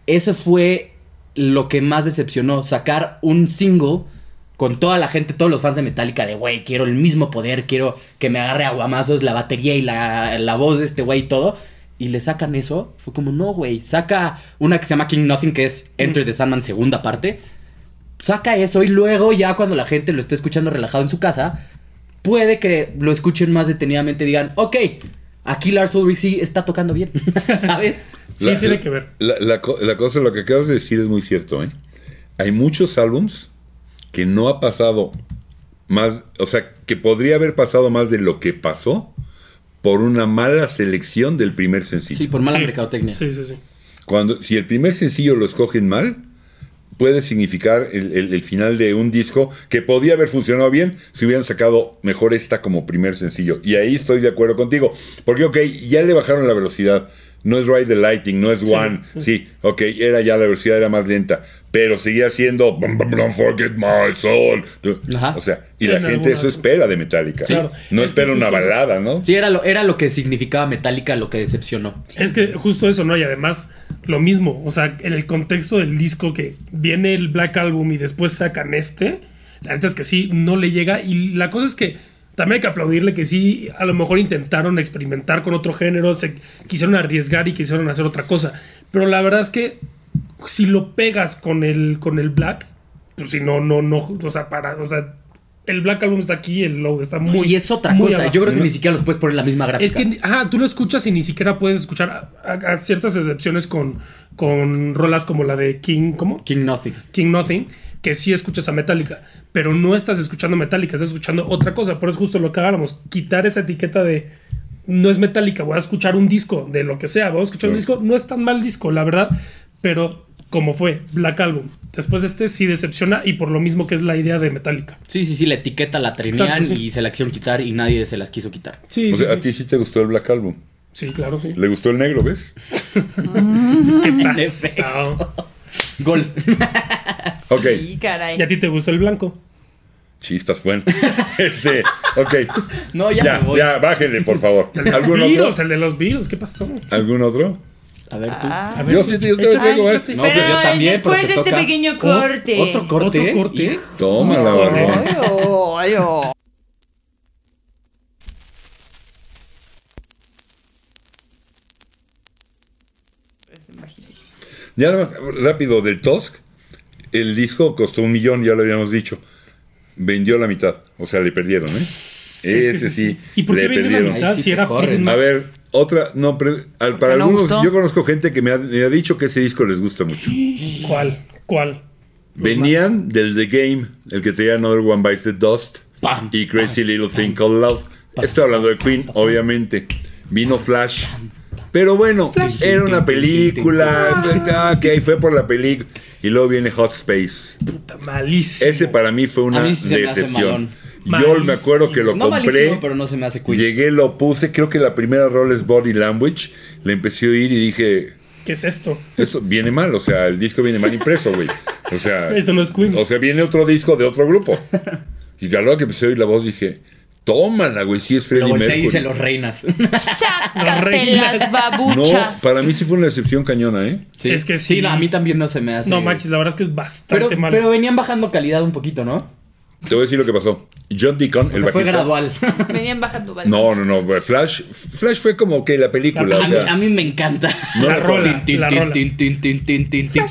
eso fue lo que más decepcionó, sacar un single con toda la gente, todos los fans de Metallica de, güey, quiero el mismo poder, quiero que me agarre a guamazos la batería y la, la voz de este güey y todo. Y le sacan eso, fue como, no, güey, saca una que se llama King Nothing, que es Enter the Sandman segunda parte, saca eso y luego ya cuando la gente lo esté escuchando relajado en su casa, puede que lo escuchen más detenidamente y digan, ok, aquí Lars Ulrich sí está tocando bien, *laughs* ¿sabes?
Sí, tiene que ver.
La, la co- la cosa, lo que acabas de decir es muy cierto, ¿eh? Hay muchos álbums que no ha pasado más, o sea, que podría haber pasado más de lo que pasó por una mala selección del primer sencillo.
Sí, por mala
Sí.
mercadotecnia.
Sí, sí, sí.
Cuando, si el primer sencillo lo escogen mal, puede significar el, el- el final de un disco que podía haber funcionado bien si hubieran sacado mejor esta como primer sencillo. Y ahí estoy de acuerdo contigo. Porque, ok, ya le bajaron la velocidad. No es Ride the Lighting, no es One. Sí, ok, era ya la velocidad era más lenta. Pero seguía siendo. "Bum, bum, bum, forget my soul.
Ajá.
O sea, y
En
la gente
algunas-
eso espera de Metallica.
Sí. Claro.
No
Es
espera
que
una
justo eso-
balada, ¿no?
Sí, era lo, era lo que significaba Metallica, lo que decepcionó.
Es que justo eso, ¿no? Y además, lo mismo. O sea, en el contexto del disco que viene el Black Album y después sacan este, la neta es que sí, no le llega. Y la cosa es que también hay que aplaudirle que sí, a lo mejor intentaron experimentar con otro género, se quisieron arriesgar y quisieron hacer otra cosa. Pero la verdad es que si lo pegas con el, con el Black, pues si no, no, no, o sea, para, o sea, el Black Album está aquí, el Low está muy.
y es otra
muy
cosa.
abajo.
Yo creo que ni siquiera los puedes poner en la misma
Es
gráfica.
que, ajá, tú lo escuchas y ni siquiera puedes escuchar a, a- a ciertas excepciones con, con rolas como la de King, ¿cómo?
King Nothing.
King Nothing, que sí escuchas a Metallica, pero no estás escuchando Metallica, estás escuchando otra cosa. Por eso es justo lo que hablamos, quitar esa etiqueta de no es Metallica, voy a escuchar un disco de lo que sea, voy a escuchar un disco, no es tan mal disco, la verdad, pero como fue Black Album, después de este sí decepciona y por lo mismo que es la idea de Metallica.
Sí, sí, sí, la etiqueta la trinean
Exacto, sí.
y se la quisieron quitar y nadie se las quiso quitar.
Sí,
O
sí,
sea, a
sí.
ti sí te gustó el Black Album.
Sí, claro, *laughs* sí.
Le gustó el negro, ¿ves?
¿Qué
efecto.
pasa?
Gol.
Ok.
Sí, caray.
¿Y a ti te gustó el blanco?
Chispas, bueno. *laughs* Este,
*laughs*
ok.
*laughs* No, ya,
Ya,
me voy.
ya, bájenle, por favor. ¿Algún otro?
virus, el de los virus, ¿qué pasó?
¿Algún otro?
A ver tú.
Ah.
A
Yo sí, yo te
échale,
tengo, eh.
échate.
No,
Pero
pues yo también.
después
pero te
de este
toca. Oh,
pequeño corte.
Otro corte.
¿Otro corte?
Hijo.
Toma la barbón.
Ay, oh, ay, oh.
Ya nada más, rápido, del Tusk, el disco costó un millón, ya lo habíamos dicho. Vendió la mitad, o sea, le perdieron, ¿eh?
Es que
Ese sí,
¿Y por qué
le
vende la
perdieron.
mitad
Ahí sí
si
te
era
corren.
firma?
A ver, otra, no, pero, al- para
Porque no
algunos,
gustó.
yo conozco gente que me ha, me ha dicho que ese disco les gusta mucho.
¿Cuál? ¿Cuál?
Pues
Venían del The Game, el que traía Another One Bites the Dust
Pam,
y Crazy Little Thing Called Love. Estoy hablando de Queen, obviamente. Vino Flash. Pero bueno, era una película. ah, Ok, fue por la película. Y luego viene Hot Space.
Puta, malísimo.
Ese para mí fue una
Pues A mí sí se me hace
decepción.
malón.
Yo me acuerdo que lo
No malísimo,
compré.
pero no se me hace cuyo.
Llegué, lo puse. Creo que la primera rol es Body Language. Le empecé a oír y dije:
¿Qué es esto?
Esto viene mal. O sea, el disco viene mal impreso, güey. O
*laughs*
sea,
Esto no es Queen.
o sea, viene otro disco de otro grupo. Y claro que empecé a oír la voz, dije, tómala, güey, sí es
Lo
Freddie
volteé y
Mercury.
dice
*laughs*
los reinas.
Sácate
reinas.
no,
las babuchas.
para mí sí fue una excepción cañona, ¿eh?
Sí.
Es que sí.
no, a mí también no se me hace.
No manches, la verdad es que es
Pero,
bastante malo.
pero venían bajando calidad un poquito, ¿no?
Te voy a decir lo que pasó. John Deacon,
O
el
sea, fue
bajista-
gradual. *laughs*
Venían bajando ¿vale?
No, no, no, Flash, Flash fue como que la película,
La-
o
A mí,
sea,
a mí me encanta.
no
la
lo
rola,
Tin, tin,
la
tin,
rola.
tin, tin, tin, tin, tin, tin.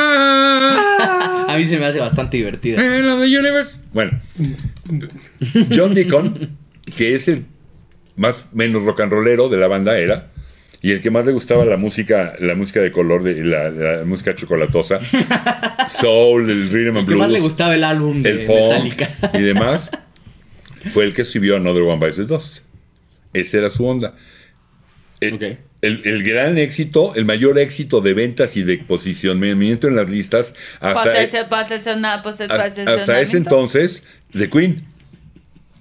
"Ah,
A mí se me hace bastante divertida.
Man of the Eh, Universe. Bueno, John Deacon, que es el más menos rock and rollero de la banda era y el que más le gustaba la música, la música de color, de la, la música
*laughs*
chocolatosa, soul, el rhythm and
Lo que
blues,
más le gustaba el álbum de
el funk
Metallica.
y demás, fue el que subió Another One Bites the Dust. Esa era su onda. El,
Ok.
el- el gran éxito, el mayor éxito de ventas y de posicionamiento en las listas hasta,
Posesión, posesión, ah, pose-
a- hasta ese
posesionamiento.
entonces de Queen.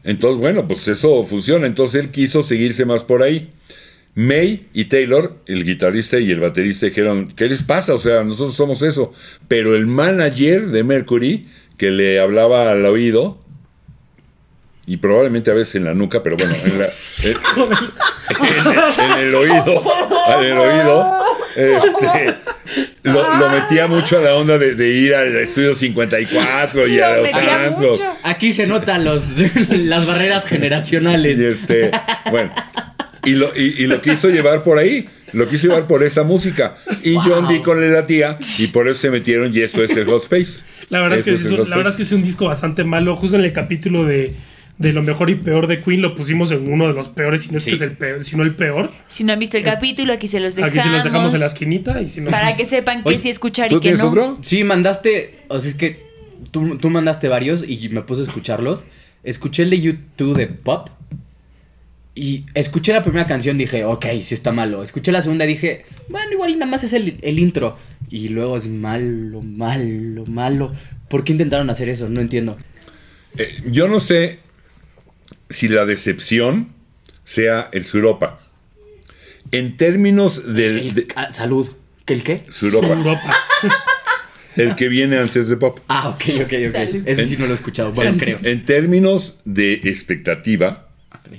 Entonces, bueno, pues eso funciona. Entonces él quiso seguirse más por ahí. May y Taylor, el guitarrista y el baterista, dijeron, ¿qué les pasa? O sea, nosotros somos eso. Pero el manager de Mercury, que le hablaba al oído, y probablemente a veces en la nuca, pero bueno, en, la- eh, en- en- en el oído, en el oído, este, lo, lo metía mucho a la onda de, de ir al estudio 54 y a
Lo
los
metía
antros.
mucho.
Aquí se notan los, *laughs* las barreras
Y
generacionales.
este, bueno, y lo, y, y lo quiso llevar por ahí, lo quiso llevar por esa música. Y John
Wow.
Deacon le latía, y por eso se metieron, y eso es el Hot Space.
La verdad, es que,
Eso el
sí es un,
Hot
la verdad es que
Space.
es un disco bastante malo. Justo en el capítulo de, de lo mejor y peor de Queen lo pusimos en uno de los peores, si no es
Sí.
que es el peor, si no el peor.
Si no han visto el capítulo, aquí se los dejamos.
Aquí se los dejamos en la esquinita y si no.
Para que sepan que
Oye,
sí escuchar y
¿Tú
que
tienes
no.
otro?
Sí, mandaste. O sea, es que tú, tú mandaste varios y me puse a escucharlos. Escuché el de YouTube de Pop. Y escuché la primera canción, dije, ok, sí está malo. Escuché la segunda y dije, bueno, igual y nada más es el, el intro. Y luego es malo, malo, malo. ¿Por qué intentaron hacer eso? No entiendo.
Eh, yo no sé si la decepción sea el Suropa. En términos del
El
de-
ca- Ah, salud. ¿Que el qué?
Suropa,
*laughs* Europa.
el que viene antes de Pop.
Ah, ok, ok, ok.
Salud.
Ese sí no lo he escuchado. Bueno, creo.
En términos de expectativa,
Ok.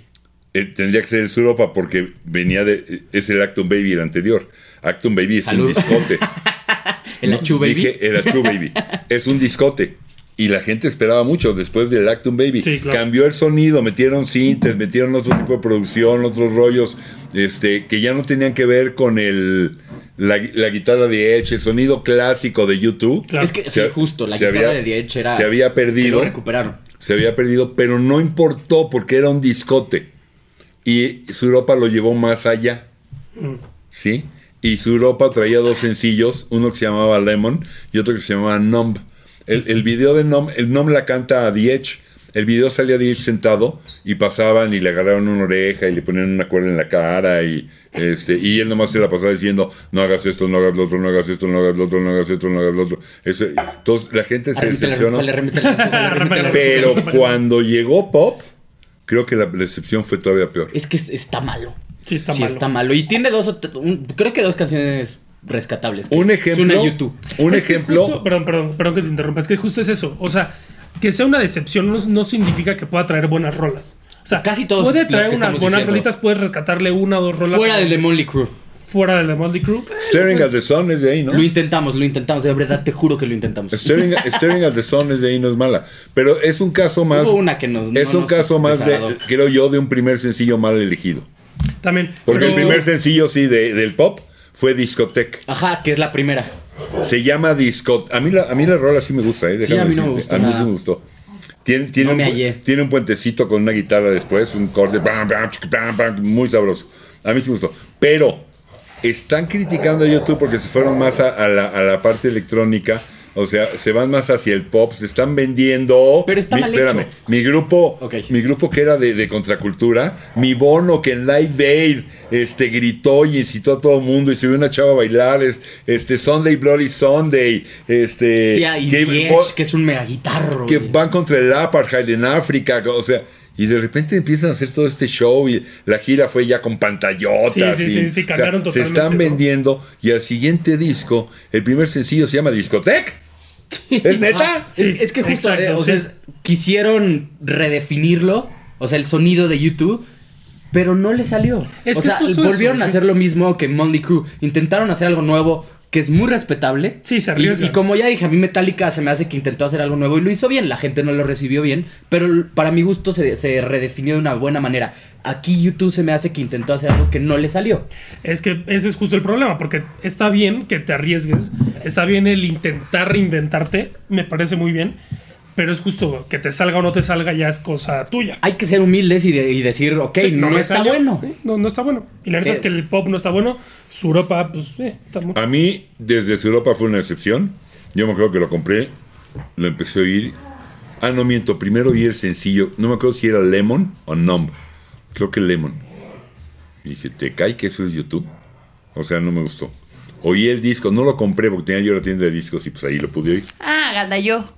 Eh, tendría que ser el Suropa porque venía de. Es el Acton Baby el anterior. Acton Baby es
Salud.
un
*laughs*
discote.
El
No,
Achu Baby.
Dije el Achu Baby. Es un discote. Y la gente esperaba mucho después del Acton Baby.
Sí, claro.
Cambió el sonido, metieron cintas, metieron otro tipo de producción, otros rollos, este, que ya no tenían que ver con el la, la guitarra de Edge, el sonido clásico de YouTube.
Claro.
Es que sí, justo, la
se
guitarra
había-
de Diech era.
se había
que
perdido
Lo recuperaron.
se había perdido, pero no importó porque era un discote. Y su Europa lo llevó más allá,
Mm.
¿sí? Y su Europa traía dos sencillos, uno que se llamaba Lemon y otro que se llamaba Numb. El, el video de Numb, el Numb la canta a Diech. El video salía Diech sentado y pasaban y le agarraron una oreja y le ponían una cuerda en la cara y este y él nomás se la pasaba diciendo no hagas esto, no hagas lo otro, no hagas esto, no hagas lo otro, no hagas esto, no hagas lo otro. Eso- entonces la gente se
Arrímetele,
decepcionó.
arrímetele, arrímetele, arrímetele, arrímetele, arrímetele.
Pero cuando llegó Pop, creo que la decepción fue todavía peor.
Es que es- está malo.
Sí, está
sí,
malo.
está malo. Y tiene dos. o t- un- creo que dos canciones rescatables. que
Un
Es
ejemplo,
una YouTube.
un
Es que es
ejemplo,
justo- perdón, perdón, perdón que te interrumpa. Es que justo es eso. O sea, que sea una decepción no, no significa que pueda traer buenas rolas. O sea,
Casi todos
puede
las
traer
que
unas
estamos
buenas
diciendo.
rolitas, puedes rescatarle una o dos rolas.
Fuera del de Molly Crew.
Fuera de la Motley Crue.
Staring at the Sun es de ahí, ¿no?
Lo intentamos, lo intentamos. De verdad, te juro que lo intentamos. *laughs*
Staring, Staring at the Sun es de ahí, no es mala. Pero es un caso más.
Hubo una que nos- no
es un
nos
caso más de,
desagradó.
creo yo, de un primer sencillo mal elegido.
También.
Porque
pero-
el primer sencillo, sí, de- del pop fue Discotech.
Ajá, que es la primera.
Se llama Discotech. A mí la, a mí la rola sí me gusta, ¿eh?
Sí,
déjame
a mí no me
decirte.
gustó
A mí sí
nada.
me gustó. Tiene, tiene
No
un,
me
pu-
hallé.
tiene un puentecito con una guitarra después, un corte, bam, bam, chiqui, bam, bam, muy sabroso. A mí sí me gustó. Pero están criticando a YouTube porque se fueron más a, a la, a la parte electrónica. O sea, se van más hacia el pop, se están vendiendo.
Pero está
mi,
mal
espérame,
hecho.
mi grupo,
Ok.
mi grupo que era de, de contracultura, mi bono que en Live Aid este, gritó y incitó a todo el mundo y se vio una chava a bailar, es, este, Sunday Bloody Sunday, este,
Sí, ah, y
que,
Diech,
po-
que es un mega guitarro.
que
güey.
van contra el apartheid en África, o sea, y de repente empiezan a hacer todo este show y la gira fue ya con pantallotas.
Sí, sí,
y-
sí, sí,
o sea,
cambiaron
Se están
totalmente, ¿no?
vendiendo y al siguiente disco, el primer sencillo se llama Discotec. ¿Es neta?
Ah,
Sí,
es, es que justo,
exacto,
eh, o
sí.
sea, es- quisieron redefinirlo, o sea, el sonido de YouTube, pero no le salió.
Es
o
que
sea,
es justo
volvieron
eso,
a
sí.
hacer lo mismo que Monday Crew. Intentaron hacer algo nuevo que es muy respetable.
Sí, se
Y-
arriesgan.
Y, como ya dije, a mí Metallica se me hace que intentó hacer algo nuevo y lo hizo bien. La gente no lo recibió bien, pero l- para mi gusto se, se redefinió de una buena manera. Aquí YouTube se me hace que intentó hacer algo que no le salió.
Es que ese es justo el problema, porque está bien que te arriesgues, está bien el intentar reinventarte, me parece muy bien, pero es justo que te salga o no te salga ya es cosa tuya.
Hay que ser humildes y, de- y decir, Ah, ok,
Sí,
no,
me
está
salió,
bueno.
¿eh? No, no está bueno. Y la verdad
Que-
es que el pop no está bueno, su Europa, pues, eh, está muy...
A mí, desde su Europa fue una excepción. Yo me acuerdo que lo compré, lo empecé a oír. Ah, no miento, primero oí el sencillo. No me acuerdo si era Lemon o Numb. Creo que Lemon. Y dije, ¿te cae que eso es YouTube? O sea, no me gustó. Oí el disco, no lo compré porque tenía yo la tienda de discos y pues ahí lo pude oír.
Ah, ganda yo.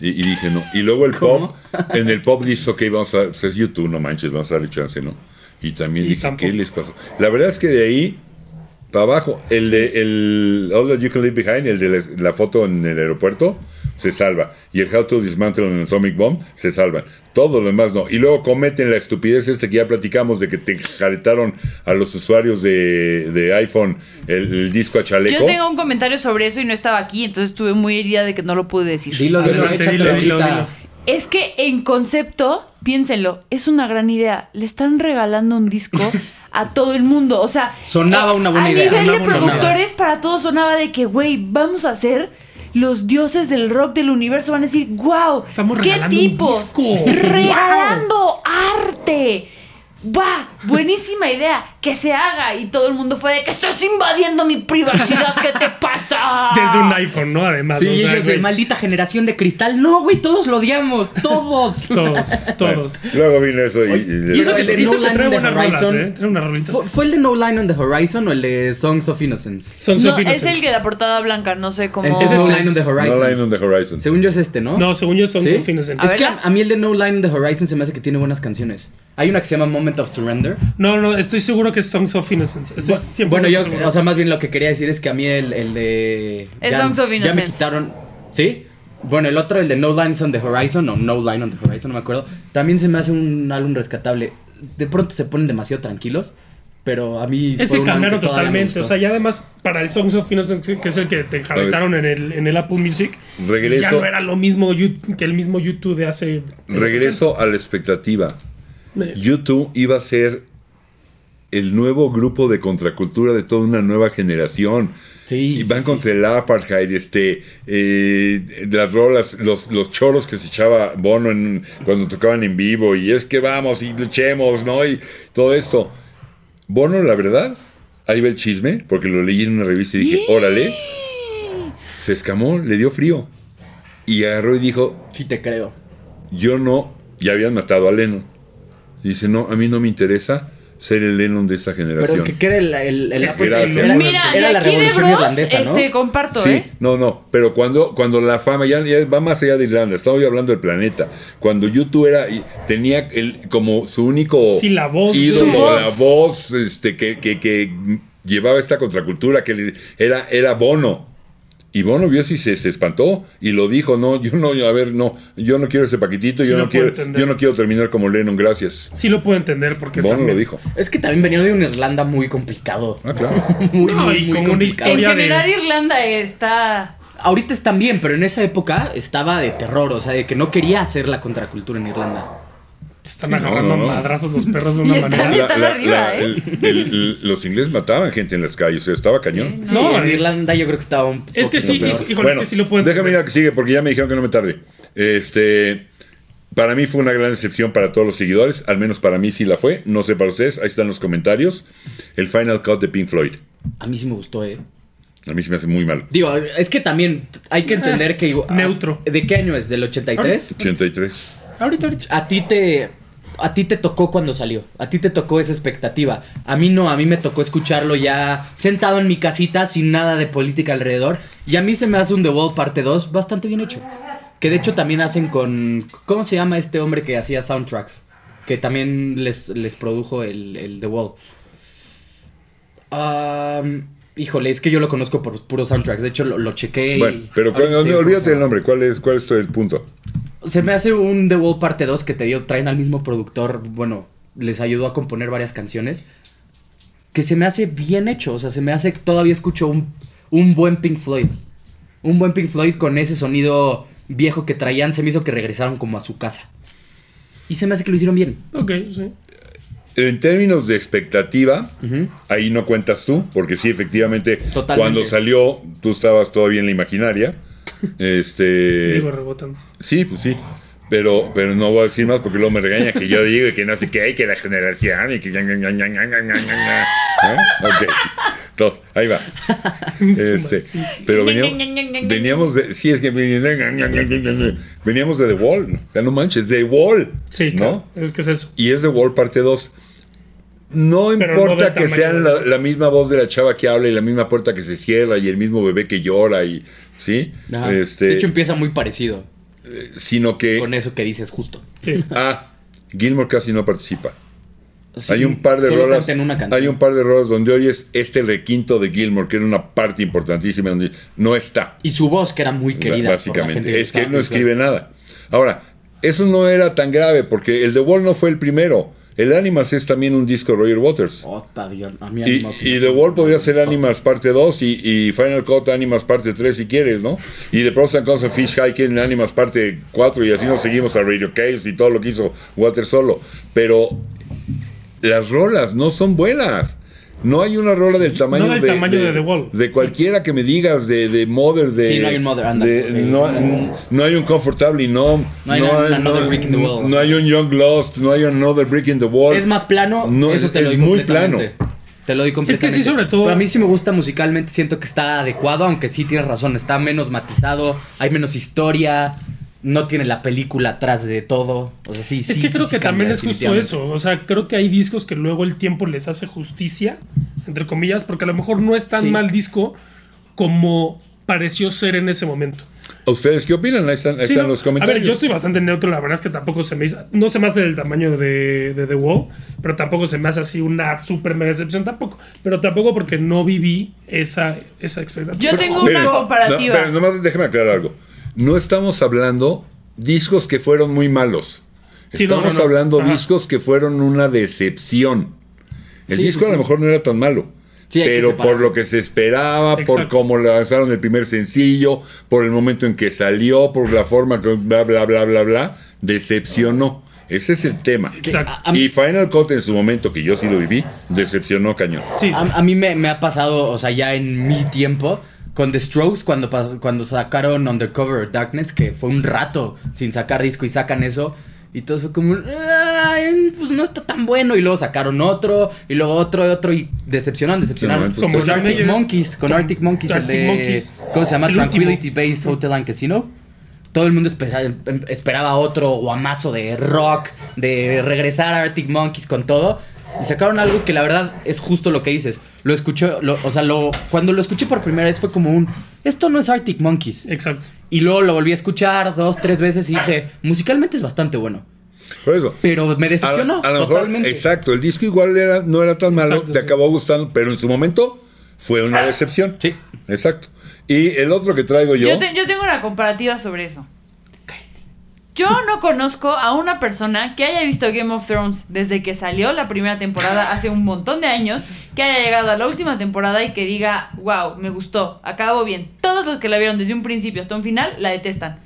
Y, y dije, no. Y luego el
¿Cómo?
pop, en el pop dice, ok, vamos a, pues es YouTube, no manches, vamos a darle chance, ¿no? Y también
Y
dije,
tampoco.
¿qué les pasó? La verdad es que de ahí para abajo, el de el All That You Can Leave Behind, el de la, la foto en el aeropuerto, se salva. Y el How to Dismantle an Atomic Bomb, se salva. Todo lo demás no. Y luego cometen la estupidez esta que ya platicamos de que te jaretaron a los usuarios de, de iPhone el, el disco a chaleco.
Yo tengo un comentario sobre eso y no estaba aquí, entonces estuve muy herida de que no lo pude decir.
Dilo,
Adelante,
dilo, échate
dilo, dilo,
ahorita.
dilo.
Es que en concepto, piénsenlo, es una gran idea. Le están regalando un
*laughs*
disco a todo el mundo. O sea,
Sonaba una buena
a
idea.
nivel de
Sonaba una buena
productores, para todos sonaba de que, güey, vamos a ser los dioses del rock del universo. Van a decir, wow,
Estamos
qué
regalando un
tipos.
disco.
*laughs* Regalando arte. Va, buenísima idea, que se haga. Y todo el mundo fue de que estás invadiendo mi privacidad, ¿qué te pasa?
*laughs* Desde un iPhone, ¿no? Además.
Sí,
o sea,
ellos de
güey,
maldita generación de cristal. No, güey, todos lo odiamos. Todos.
Todos, todos.
Luego vino eso *laughs* y...
Y eso
Pero
que,
el de
te, y eso
No
que
Line
trae
on the
buenas rolas,
Horizon-
¿eh? Trae unas
¿Fu-
rolitas.
¿Fue el de No Line on the Horizon o el de Songs of Innocence?
Son
No,
Sophie
es el
Innocence.
que la portada blanca, no sé cómo.
Entonces, No
ese
Line on the
es-
No
Horizon.
Line on the Horizon.
Según yo es este, ¿no?
No, según yo son
¿Sí?
Sophie Innocent.
A
Es
ver,
que
la-
a, a mí el de No Line on the Horizon se me hace que tiene buenas canciones. Hay una que se llama Moment of Surrender.
No, no, estoy seguro que es Songs of Innocence. Estoy
Bu-
100%
bueno, yo,
seguro.
o sea, más bien lo que quería decir es que a mí el, el de.
Es
ya-
Songs of
Ya me
Innocence.
quitaron. ¿Sí? Bueno, el otro, el de No Lines on the Horizon, o No Line on the Horizon, no me acuerdo. También se me hace un álbum rescatable. De pronto se ponen demasiado tranquilos, pero a mí. fue
Ese
un álbum
cambiaron
que todavía me
totalmente. O
gustó.
sea, ya además para el Songs of Innocence, que es el que te jaretaron en el, en el Apple Music, pues
Regreso.
ya no era lo mismo You- que el mismo YouTube de hace.
Eh,
Regreso a la expectativa.
Me-
YouTube iba a ser el nuevo grupo de contracultura de toda una nueva generación.
Sí,
y van
sí,
contra el apartheid, este, eh, las rolas, los, los choros que se echaba Bono en- cuando tocaban en vivo, y es que vamos y luchemos, ¿no? Y todo esto. Bono, la verdad, ahí va el chisme, porque lo leí en una revista y dije, órale, se escamó, le dio frío. Y agarró y dijo,
Sí, te creo.
yo no, ya habían matado a Lennon. Dice, no, a mí no me interesa ser el Lennon de esta generación.
Pero que quede el. el, el-
Es que
era-
sí,
era-
Mira,
era
de
la
aquí de
revolución
Bros,
irlandesa, ¿no?
este, comparto,
sí,
¿eh?
no, no, pero cuando, cuando la fama ya, ya va más allá de Irlanda, estamos hablando del planeta. Cuando YouTube era, y tenía el, como su único
Sí, la voz.
ídolo,
Su voz.
la voz este, que, que- que llevaba esta contracultura, que le- era, era Bono. Y Bono vio si se, se espantó y lo dijo, no, yo no, a ver, no, yo no quiero ese paquetito,
Sí,
yo,
lo
no
puedo
quiero,
entender.
yo no quiero terminar como Lennon, gracias.
Sí lo puedo entender porque
Bono
también-
lo dijo.
Es que también venía de una Irlanda muy complicado.
Ah,
*laughs*
claro.
Muy,
No,
muy,
y
muy
con una
complicado.
historia-
En
Gloria de-
general, Irlanda está.
Ahorita están bien, pero en esa época estaba de terror, o sea, de que no quería hacer la contracultura en Irlanda.
Se están
Sí, no,
agarrando
no, no.
a madrazos los perros de
Y
una
están-
manera.
están arriba, ¿eh?
el- el- los ingleses mataban gente en las calles, o sea, estaba cañón.
no,
No,
en
eh.
Irlanda yo creo que estaba un
Es que
poquito
sí,
peor.
hijo- híjole,
bueno,
es que sí lo puedo
déjame ir a
entender.
que sigue porque ya me dijeron que no me tarde. Este, para mí fue una gran excepción para todos los seguidores, al menos para mí sí la fue. No sé para ustedes, ahí están los comentarios. El Final Cut de Pink Floyd.
A mí sí me gustó, eh.
A mí se me hace muy mal.
Digo, es que también hay que entender que igual-
Ah, Neutro.
¿De qué año es? ¿Del 83?
83.
Ahorita, ahorita.
A ti te a ti te tocó cuando salió. A ti te tocó esa expectativa. A mí no, a mí me tocó escucharlo ya sentado en mi casita sin nada de política alrededor y a mí se me hace un The Wall parte 2 bastante bien hecho. Que de hecho también hacen con ¿cómo se llama este hombre que hacía soundtracks? Que también les, les produjo el, el The Wall. Ah, híjole, es que yo lo conozco por puros soundtracks. De hecho, lo, lo chequé. y-
Bueno, pero cuál-
ahorita te digo cómo se
olvídate del
llama.
nombre, ¿cuál es, cuál es el punto?
Se me hace un The Wall parte 2 que te dio, traen al mismo productor, bueno, les ayudó a componer varias canciones, que se me hace bien hecho, o sea, se me hace, todavía escucho un, un buen Pink Floyd, un buen Pink Floyd con ese sonido viejo que traían, se me hizo que regresaron como a su casa. Y se me hace que lo hicieron bien.
Ok, sí.
En términos de expectativa,
Ujú.
ahí no cuentas tú, porque sí, efectivamente,
Totalmente.
cuando salió, tú estabas todavía en la
*laughs*
imaginaria. Este,
Digo rebotando.
Sí, pues sí. Pero, pero no voy a decir más porque luego me regaña que yo digo y que no sé qué, y que la generación y que... ña, ña, ña, ña, ña, ña, ña, ña. ¿Eh? Ok. Entonces, ahí va. *laughs* Este,
*laughs* Sí.
pero veníamos, veníamos de... Sí, es que veníamos de The Wall. O sea, no manches, The Wall.
Sí,
¿no?
claro, Es que es eso.
Y es The Wall parte 2. No
Pero no
importa
del
que
tamaño
sean
de-
la, la misma voz de la chava que habla y la misma puerta que se cierra y el mismo bebé que llora y sí,
Ajá.
este, eh,
De hecho, empieza muy parecido
sino que
con eso que dices justo.
Sí.
ah, Gilmore casi no participa.
Sí,
hay un par de
solo
rolas,
canta en una canción.
hay un par de rolas donde oyes este requinto de Gilmore que era una parte importantísima donde no está.
Y su voz, que era muy querida. por la gente
Básicamente. Es que él no
estaba
escribe nada. Ahora, eso no era tan grave porque el The Wall no fue el primero. El Animals es también un disco de Roger Waters.
Ota, Dios, a mí
Y,
Animals
y
me-
The Wall podría ser
Fuck.
Animals parte 2 y, y Final Cut Animals parte 3 si quieres, ¿no? Y The Pros and Cons of Fish Hiking Animals parte 4 y así nos seguimos a Radio Chaos y todo lo que hizo Walter solo. Pero las rolas no son buenas. No hay una rola del tamaño,
del
de,
tamaño de The Wall.
de cualquiera que me digas de, de Mother. De,
Sí, no hay un Mother, anda.
de- no, no hay un Comfortably No.
No hay
no,
un-
hay-
Another Brick in the Wall.
no hay un Young Lost. No hay Another Brick in the Wall.
Es más plano,
No,
eso te
es-
lo doy
es muy
completamente. Te lo doy completamente.
sí, sobre todo-
Pero a mí sí me gusta musicalmente, siento que está adecuado, aunque sí tienes razón, está menos matizado, hay menos historia, no tiene la película atrás de todo. O sea, sí,
Es que creo que también es justo eso. O sea, creo que hay discos que luego el tiempo les hace justicia, entre comillas, porque a lo mejor no es tan
Sí.
mal disco como pareció ser en ese momento.
¿A ¿Ustedes qué opinan? Ahí están, ahí
Sí,
están
¿no?
los comentarios.
A ver, yo estoy bastante neutro, la verdad es que tampoco se me hizo, no se me hace del tamaño de, de The Wall, pero tampoco se me hace así una super mega excepción tampoco, pero tampoco porque no viví esa, esa expectativa.
Yo tengo una
Miren,
comparativa.
no, pero nomás déjeme aclarar algo. No estamos hablando discos que fueron muy malos.
Sí, no,
estamos
no, no.
hablando
Ajá.
discos que fueron una decepción. El
Sí,
disco
sí,
a lo
sí.
mejor no era tan malo.
Sí, hay que
pero
separar.
por lo que se esperaba, por
Exacto.
cómo lanzaron el primer sencillo, por el momento en que salió, por la forma que bla, bla, bla, bla, bla, decepcionó. Ese es el tema.
Exacto.
a- a-
Y Final Cut en su momento, que yo sí lo viví, decepcionó cañón.
Sí,
A, a mí me, me ha pasado, o sea, ya en mi tiempo, con The Strokes, cuando, pas- cuando sacaron Undercover Darkness, que fue un rato sin sacar disco y sacan eso. Y todos fue como, "Ay, pues no está tan bueno. Y luego sacaron otro, y luego otro, y otro, y decepcionaron,
Sí,
decepcionaron.
momento,
como
sí.
Arctic Monkeys, con Arctic Monkeys, el
Arctic
de-
Monkeys.
¿Cómo se llama?
El último.
Tranquility Base Hotel and Casino. Todo el mundo espesa- esperaba otro guamazo de rock, de regresar a Arctic Monkeys con todo. Y sacaron algo que la verdad es justo lo que dices. Lo escuché, lo- o sea, lo, cuando lo escuché por primera vez fue como un, esto no es Arctic Monkeys.
exacto.
Y luego lo volví a escuchar dos, tres veces y dije, musicalmente es bastante bueno.
Por eso.
Pero me
A,
decepcionó
a lo mejor,
totalmente.
exacto, el disco igual era, no era tan malo,
Exacto,
te
sí.
acabó gustando, pero en su momento fue una decepción.
Ah, Sí.
Exacto. Y el otro que traigo yo,
Yo, te- yo tengo una comparativa sobre eso. Yo no conozco a una persona que haya visto Game of Thrones desde que salió la primera temporada hace un montón de años, que haya llegado a la última temporada y que diga, wow, me gustó, acabó bien. Todos los que la vieron desde un principio hasta un final la detestan.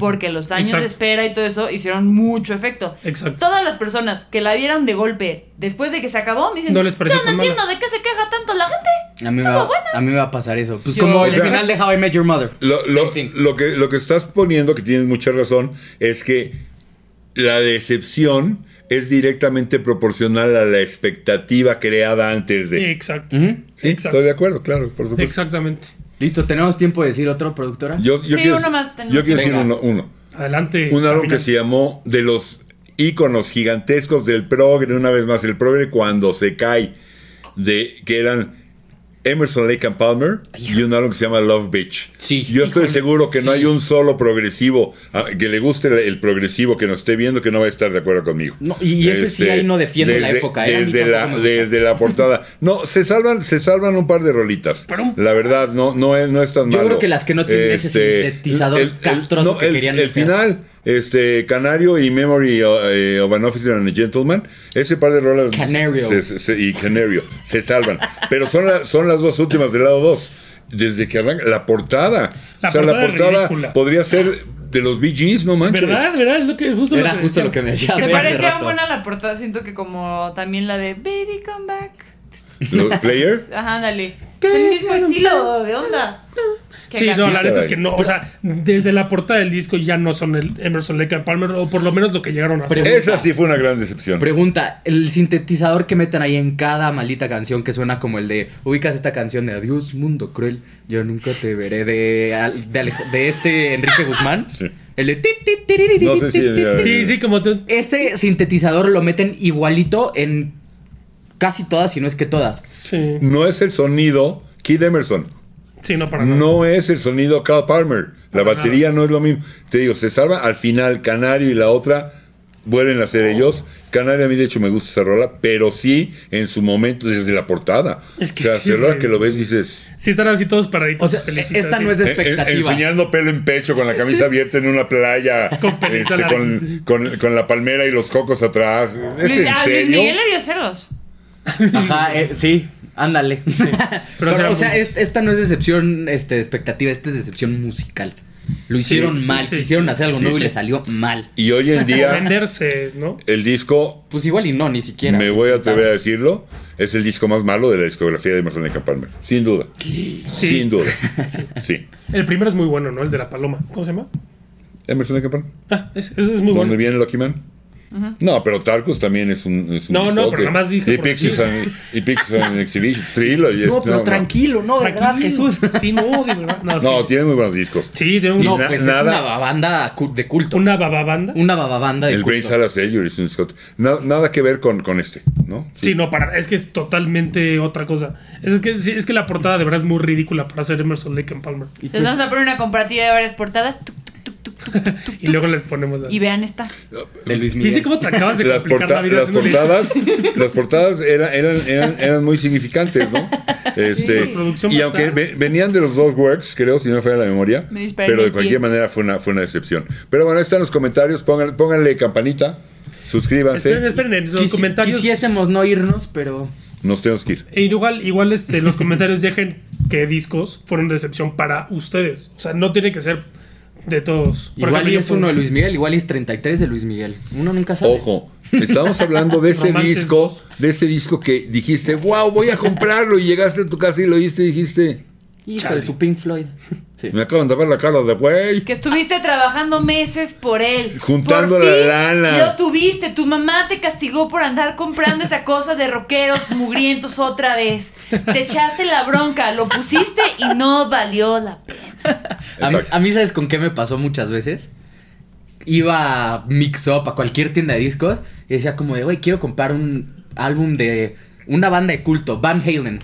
Porque los años
Exacto.
de espera y todo eso hicieron mucho efecto.
Exacto.
Todas las personas que la vieron de golpe después de que se acabó me dicen,
No les
yo
pareció
no
tan mala".
entiendo de qué se queja tanto la gente.
A mí, me
Estuvo
va,
buena.
a mí me va a pasar eso. Pues
Yo-
como
O
el
sea,
final de How I Met Your Mother.
lo, lo-
Same thing.
lo que, lo que estás poniendo, que tienes mucha razón, es que la decepción es directamente proporcional a la expectativa creada antes de...
Exacto.
Ujú.
sí,
exacto.
estoy de acuerdo, claro, por supuesto.
Exactamente.
Listo, ¿tenemos tiempo de decir otro, productora?
Yo, yo
Sí,
quiero,
uno más tenemos.
yo quiero decir
Venga.
uno. uno.
Adelante.
un álbum que
Camila.
se llamó de los íconos gigantescos del progre, una vez más el progre cuando se cae de que eran Emerson Lake and Palmer y un álbum que se llama Love Beach.
Sí.
Yo estoy
Híjole,
seguro que no
sí.
hay un solo progresivo ah, que le guste el, el progresivo que nos esté viendo que no va a estar de acuerdo conmigo.
No, y ese sí ahí no defiende la
desde-
época, ¿eh? A mí
Desde
tampoco
la,
me gusta.
desde la portada. No, se salvan, se salvan un par de rolitas.
Pero un-
La verdad, no, no, es- no es tan
Yo creo
malo. Este,
que las que no tienen ese sintetizador castroso que
el,
querían
el
meter.
final, este, Canario y Memory eh, of an Officer and a Gentleman, ese par de rolas
Canario.
se- se- se- y Canario se salvan. Pero son, la- son las dos últimas del lado 2. Desde que arranca, la portada.
La
o sea,
portada
la
es
portada
ridícula.
podría ser de los Bee Gees, no manches.
¿Verdad? ¿Verdad? Es lo que, justo
Era
lo que
justo lo
decíamos.
que me *laughs* decía. Fer
Me
hace
parecía
rato.
buena la portada, siento que como también la de Baby Come Back.
Los
*laughs*
Player.
Ajá, dale. Es el mismo estilo de onda. Qué
Sí, no,
cagado.
la neta es que no. O sea, desde la portada del disco ya no son el Emerson Lake and Palmer, o por lo menos lo que llegaron a ser.
Pero-
Esa sí fue una gran decepción.
Pregunta, el sintetizador que meten ahí en cada maldita canción que suena como el de ubicas esta canción de Adiós mundo cruel, yo nunca te veré de al- de, Alej- de este Enrique Guzmán,
Sí.
el de ti, ti, ti, ri, ri,
No
ri,
sé
ti,
si-
ti, ti.
Sí, sí, como tú.
ese sintetizador lo meten igualito en casi todas, si no es que todas.
Sí.
No es el sonido Keith Emerson.
Sí, no para nada.
No es el sonido Carl Palmer. La
Para
batería no es lo mismo. Te digo, se salva al final Canario y la otra vuelven a ser ellos. Canario a mí de hecho me gusta esa rola, pero sí en su momento desde la portada.
Es que
o sea,
sí,
se rola
güey.
que lo ves dices
Sí, están así todos paraditos.
O sea,
felicitas,
esta
sí.
no es de
"Eh, eh,
expectativa.
enseñando pelo en pecho con la camisa abierta en una playa
*laughs* Con
este,
pelito a la
con,
gente.
con- con la palmera y los cocos atrás. ¿Es
Luis,
en
a Luis
serio?
Miguel le dio celos.
Ajá, eh, sí, ándale. *laughs* Pero,
o sea,
o sea,
pues-
es- esta no es decepción este, de expectativa, esta es decepción musical. Lo
Sí,
hicieron
sí,
mal,
sí.
quisieron hacer algo
Sí,
nuevo
sí.
y le salió mal.
Y hoy en día
Venderse, ¿no?
el disco
Pues igual y no, ni siquiera.
Me voy a atrever a decirlo. Es el disco más malo de la discografía de Emerson Lake and Palmer. Sin duda. Sin duda. Sí.
El primero es muy bueno, ¿no? El de la paloma. ¿Cómo se llama?
Emerson Lake and Palmer.
Ah, ese, ese es
¿Dónde
muy bueno.
viene Lucky Man? No, pero Tarkus también es un. es un
No, no,
discote.
pero nada más dije
Y
por
Pixels
decir.
and, y Pixels and *laughs* Exhibition. Trilo. y es-
No, pero tranquilo, no, de verdad,
Tranquilo.
Jesús.
Sí, no, de verdad. No, sí,
No,
sí.
tiene muy buenos discos.
Sí, tiene un-
No,
na-
pues
nada.
es una banda cu- de culto. Una,
una bababanda.
bababanda de
El Brain
culto.
Sarah Sayer es un discote. Na- nada que ver con, con este, ¿no?
Sí, no, para, es que es totalmente otra cosa. Es que, sí, es que la portada de verdad es muy ridícula para hacer Emerson Lake and Palmer.
Y
Les
pues,
vamos a poner una comparativa de varias portadas. tuc, tuc, tuc, tuc, tuc, tuc, tuc,
Y luego les ponemos la.
y vean esta.
de Luis
¿Viste
Miguel.
cómo te acabas de
Las,
complicar la
porta-
vida?
las
haciéndole-
portadas,
*laughs*
las portadas era- eran, eran, eran muy significantes, ¿no? Este,
Sí, producción
y aunque
basada.
ve- venían de los dos works, creo, si no me falla la memoria,
Me disparé
pero
en
de
el
cualquier
pie.
manera fue una, fue una decepción. Pero bueno, ahí están los comentarios, pónganle, pónganle campanita, ah,
Esperen,
suscríbanse,
esperen, en los
Quisi-
comentarios.
Quisiésemos no irnos, pero.
nos tenemos que ir.
E igual, igual este, en los comentarios dejen qué discos fueron decepción para ustedes. O sea, no tiene que ser de todos.
igual
Por ejemplo,
y
yo
es
por-
uno de Luis Miguel, igual y es 33 de Luis Miguel. Uno nunca sabe.
Ojo, estamos hablando de ese
Romances
disco, de ese disco que dijiste, wow, voy a comprarlo, y llegaste a tu casa y lo oíste y dijiste,
Hijo
Chale.
de su Pink Floyd. Sí.
me acaban de ver la cara de güey.
Que estuviste trabajando meses por él.
Juntando
Por
la
fin
lana.
Lo tuviste. Tu mamá te castigó por andar comprando esa cosa de rockeros mugrientos otra vez. Te echaste la bronca, lo pusiste y no valió la pena.
A mí,
Exacto.
a mí, ¿sabes con qué me pasó muchas veces? Iba a Mix Up, a cualquier tienda de discos, y decía como de, güey, quiero comprar un álbum de una banda de culto, Van Halen.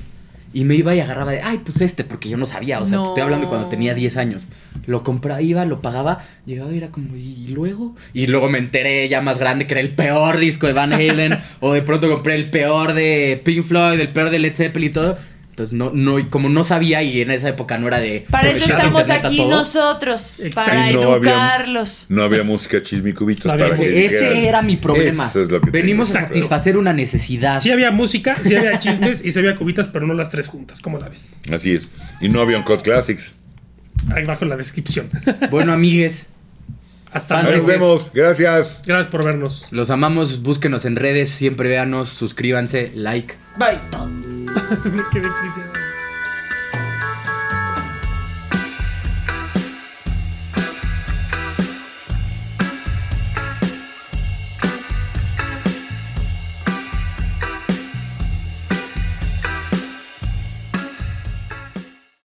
Y me iba y agarraba de, ay, pues este, porque yo no sabía, o sea,
No.
te estoy hablando de cuando tenía 10 años. Lo compraba, iba, lo pagaba, llegaba y era como, ¿y luego? Y luego me enteré ya más grande que era el peor disco de Van Halen, o de pronto compré el peor de Pink Floyd, el peor de Led Zeppelin y todo. Entonces, no, no, y como no sabía y en esa época no era de...
Para eso
aprovechar
estamos
internet a
aquí
todo.
nosotros,
Exacto.
para
Y no había-
educarlos.
No había música chismicubitos.
No había
para que
música.
dijeran,
Ese era mi problema.
"Eso es lo que
Venimos a
tengo".
satisfacer una necesidad.
Sí había música, sí había chismes y sí había cubitas, pero no las tres juntas. ¿Cómo la ves?
Así es. Y no había un Code Classics.
Ahí abajo en la descripción.
Bueno, amigues,
Hasta
Fans
Ahí nos
luego.
vemos. Gracias.
Gracias por vernos.
*laughs* los amamos, búsquenos en redes, siempre véanos, suscríbanse, like.
Bye.
Me quedé friseado.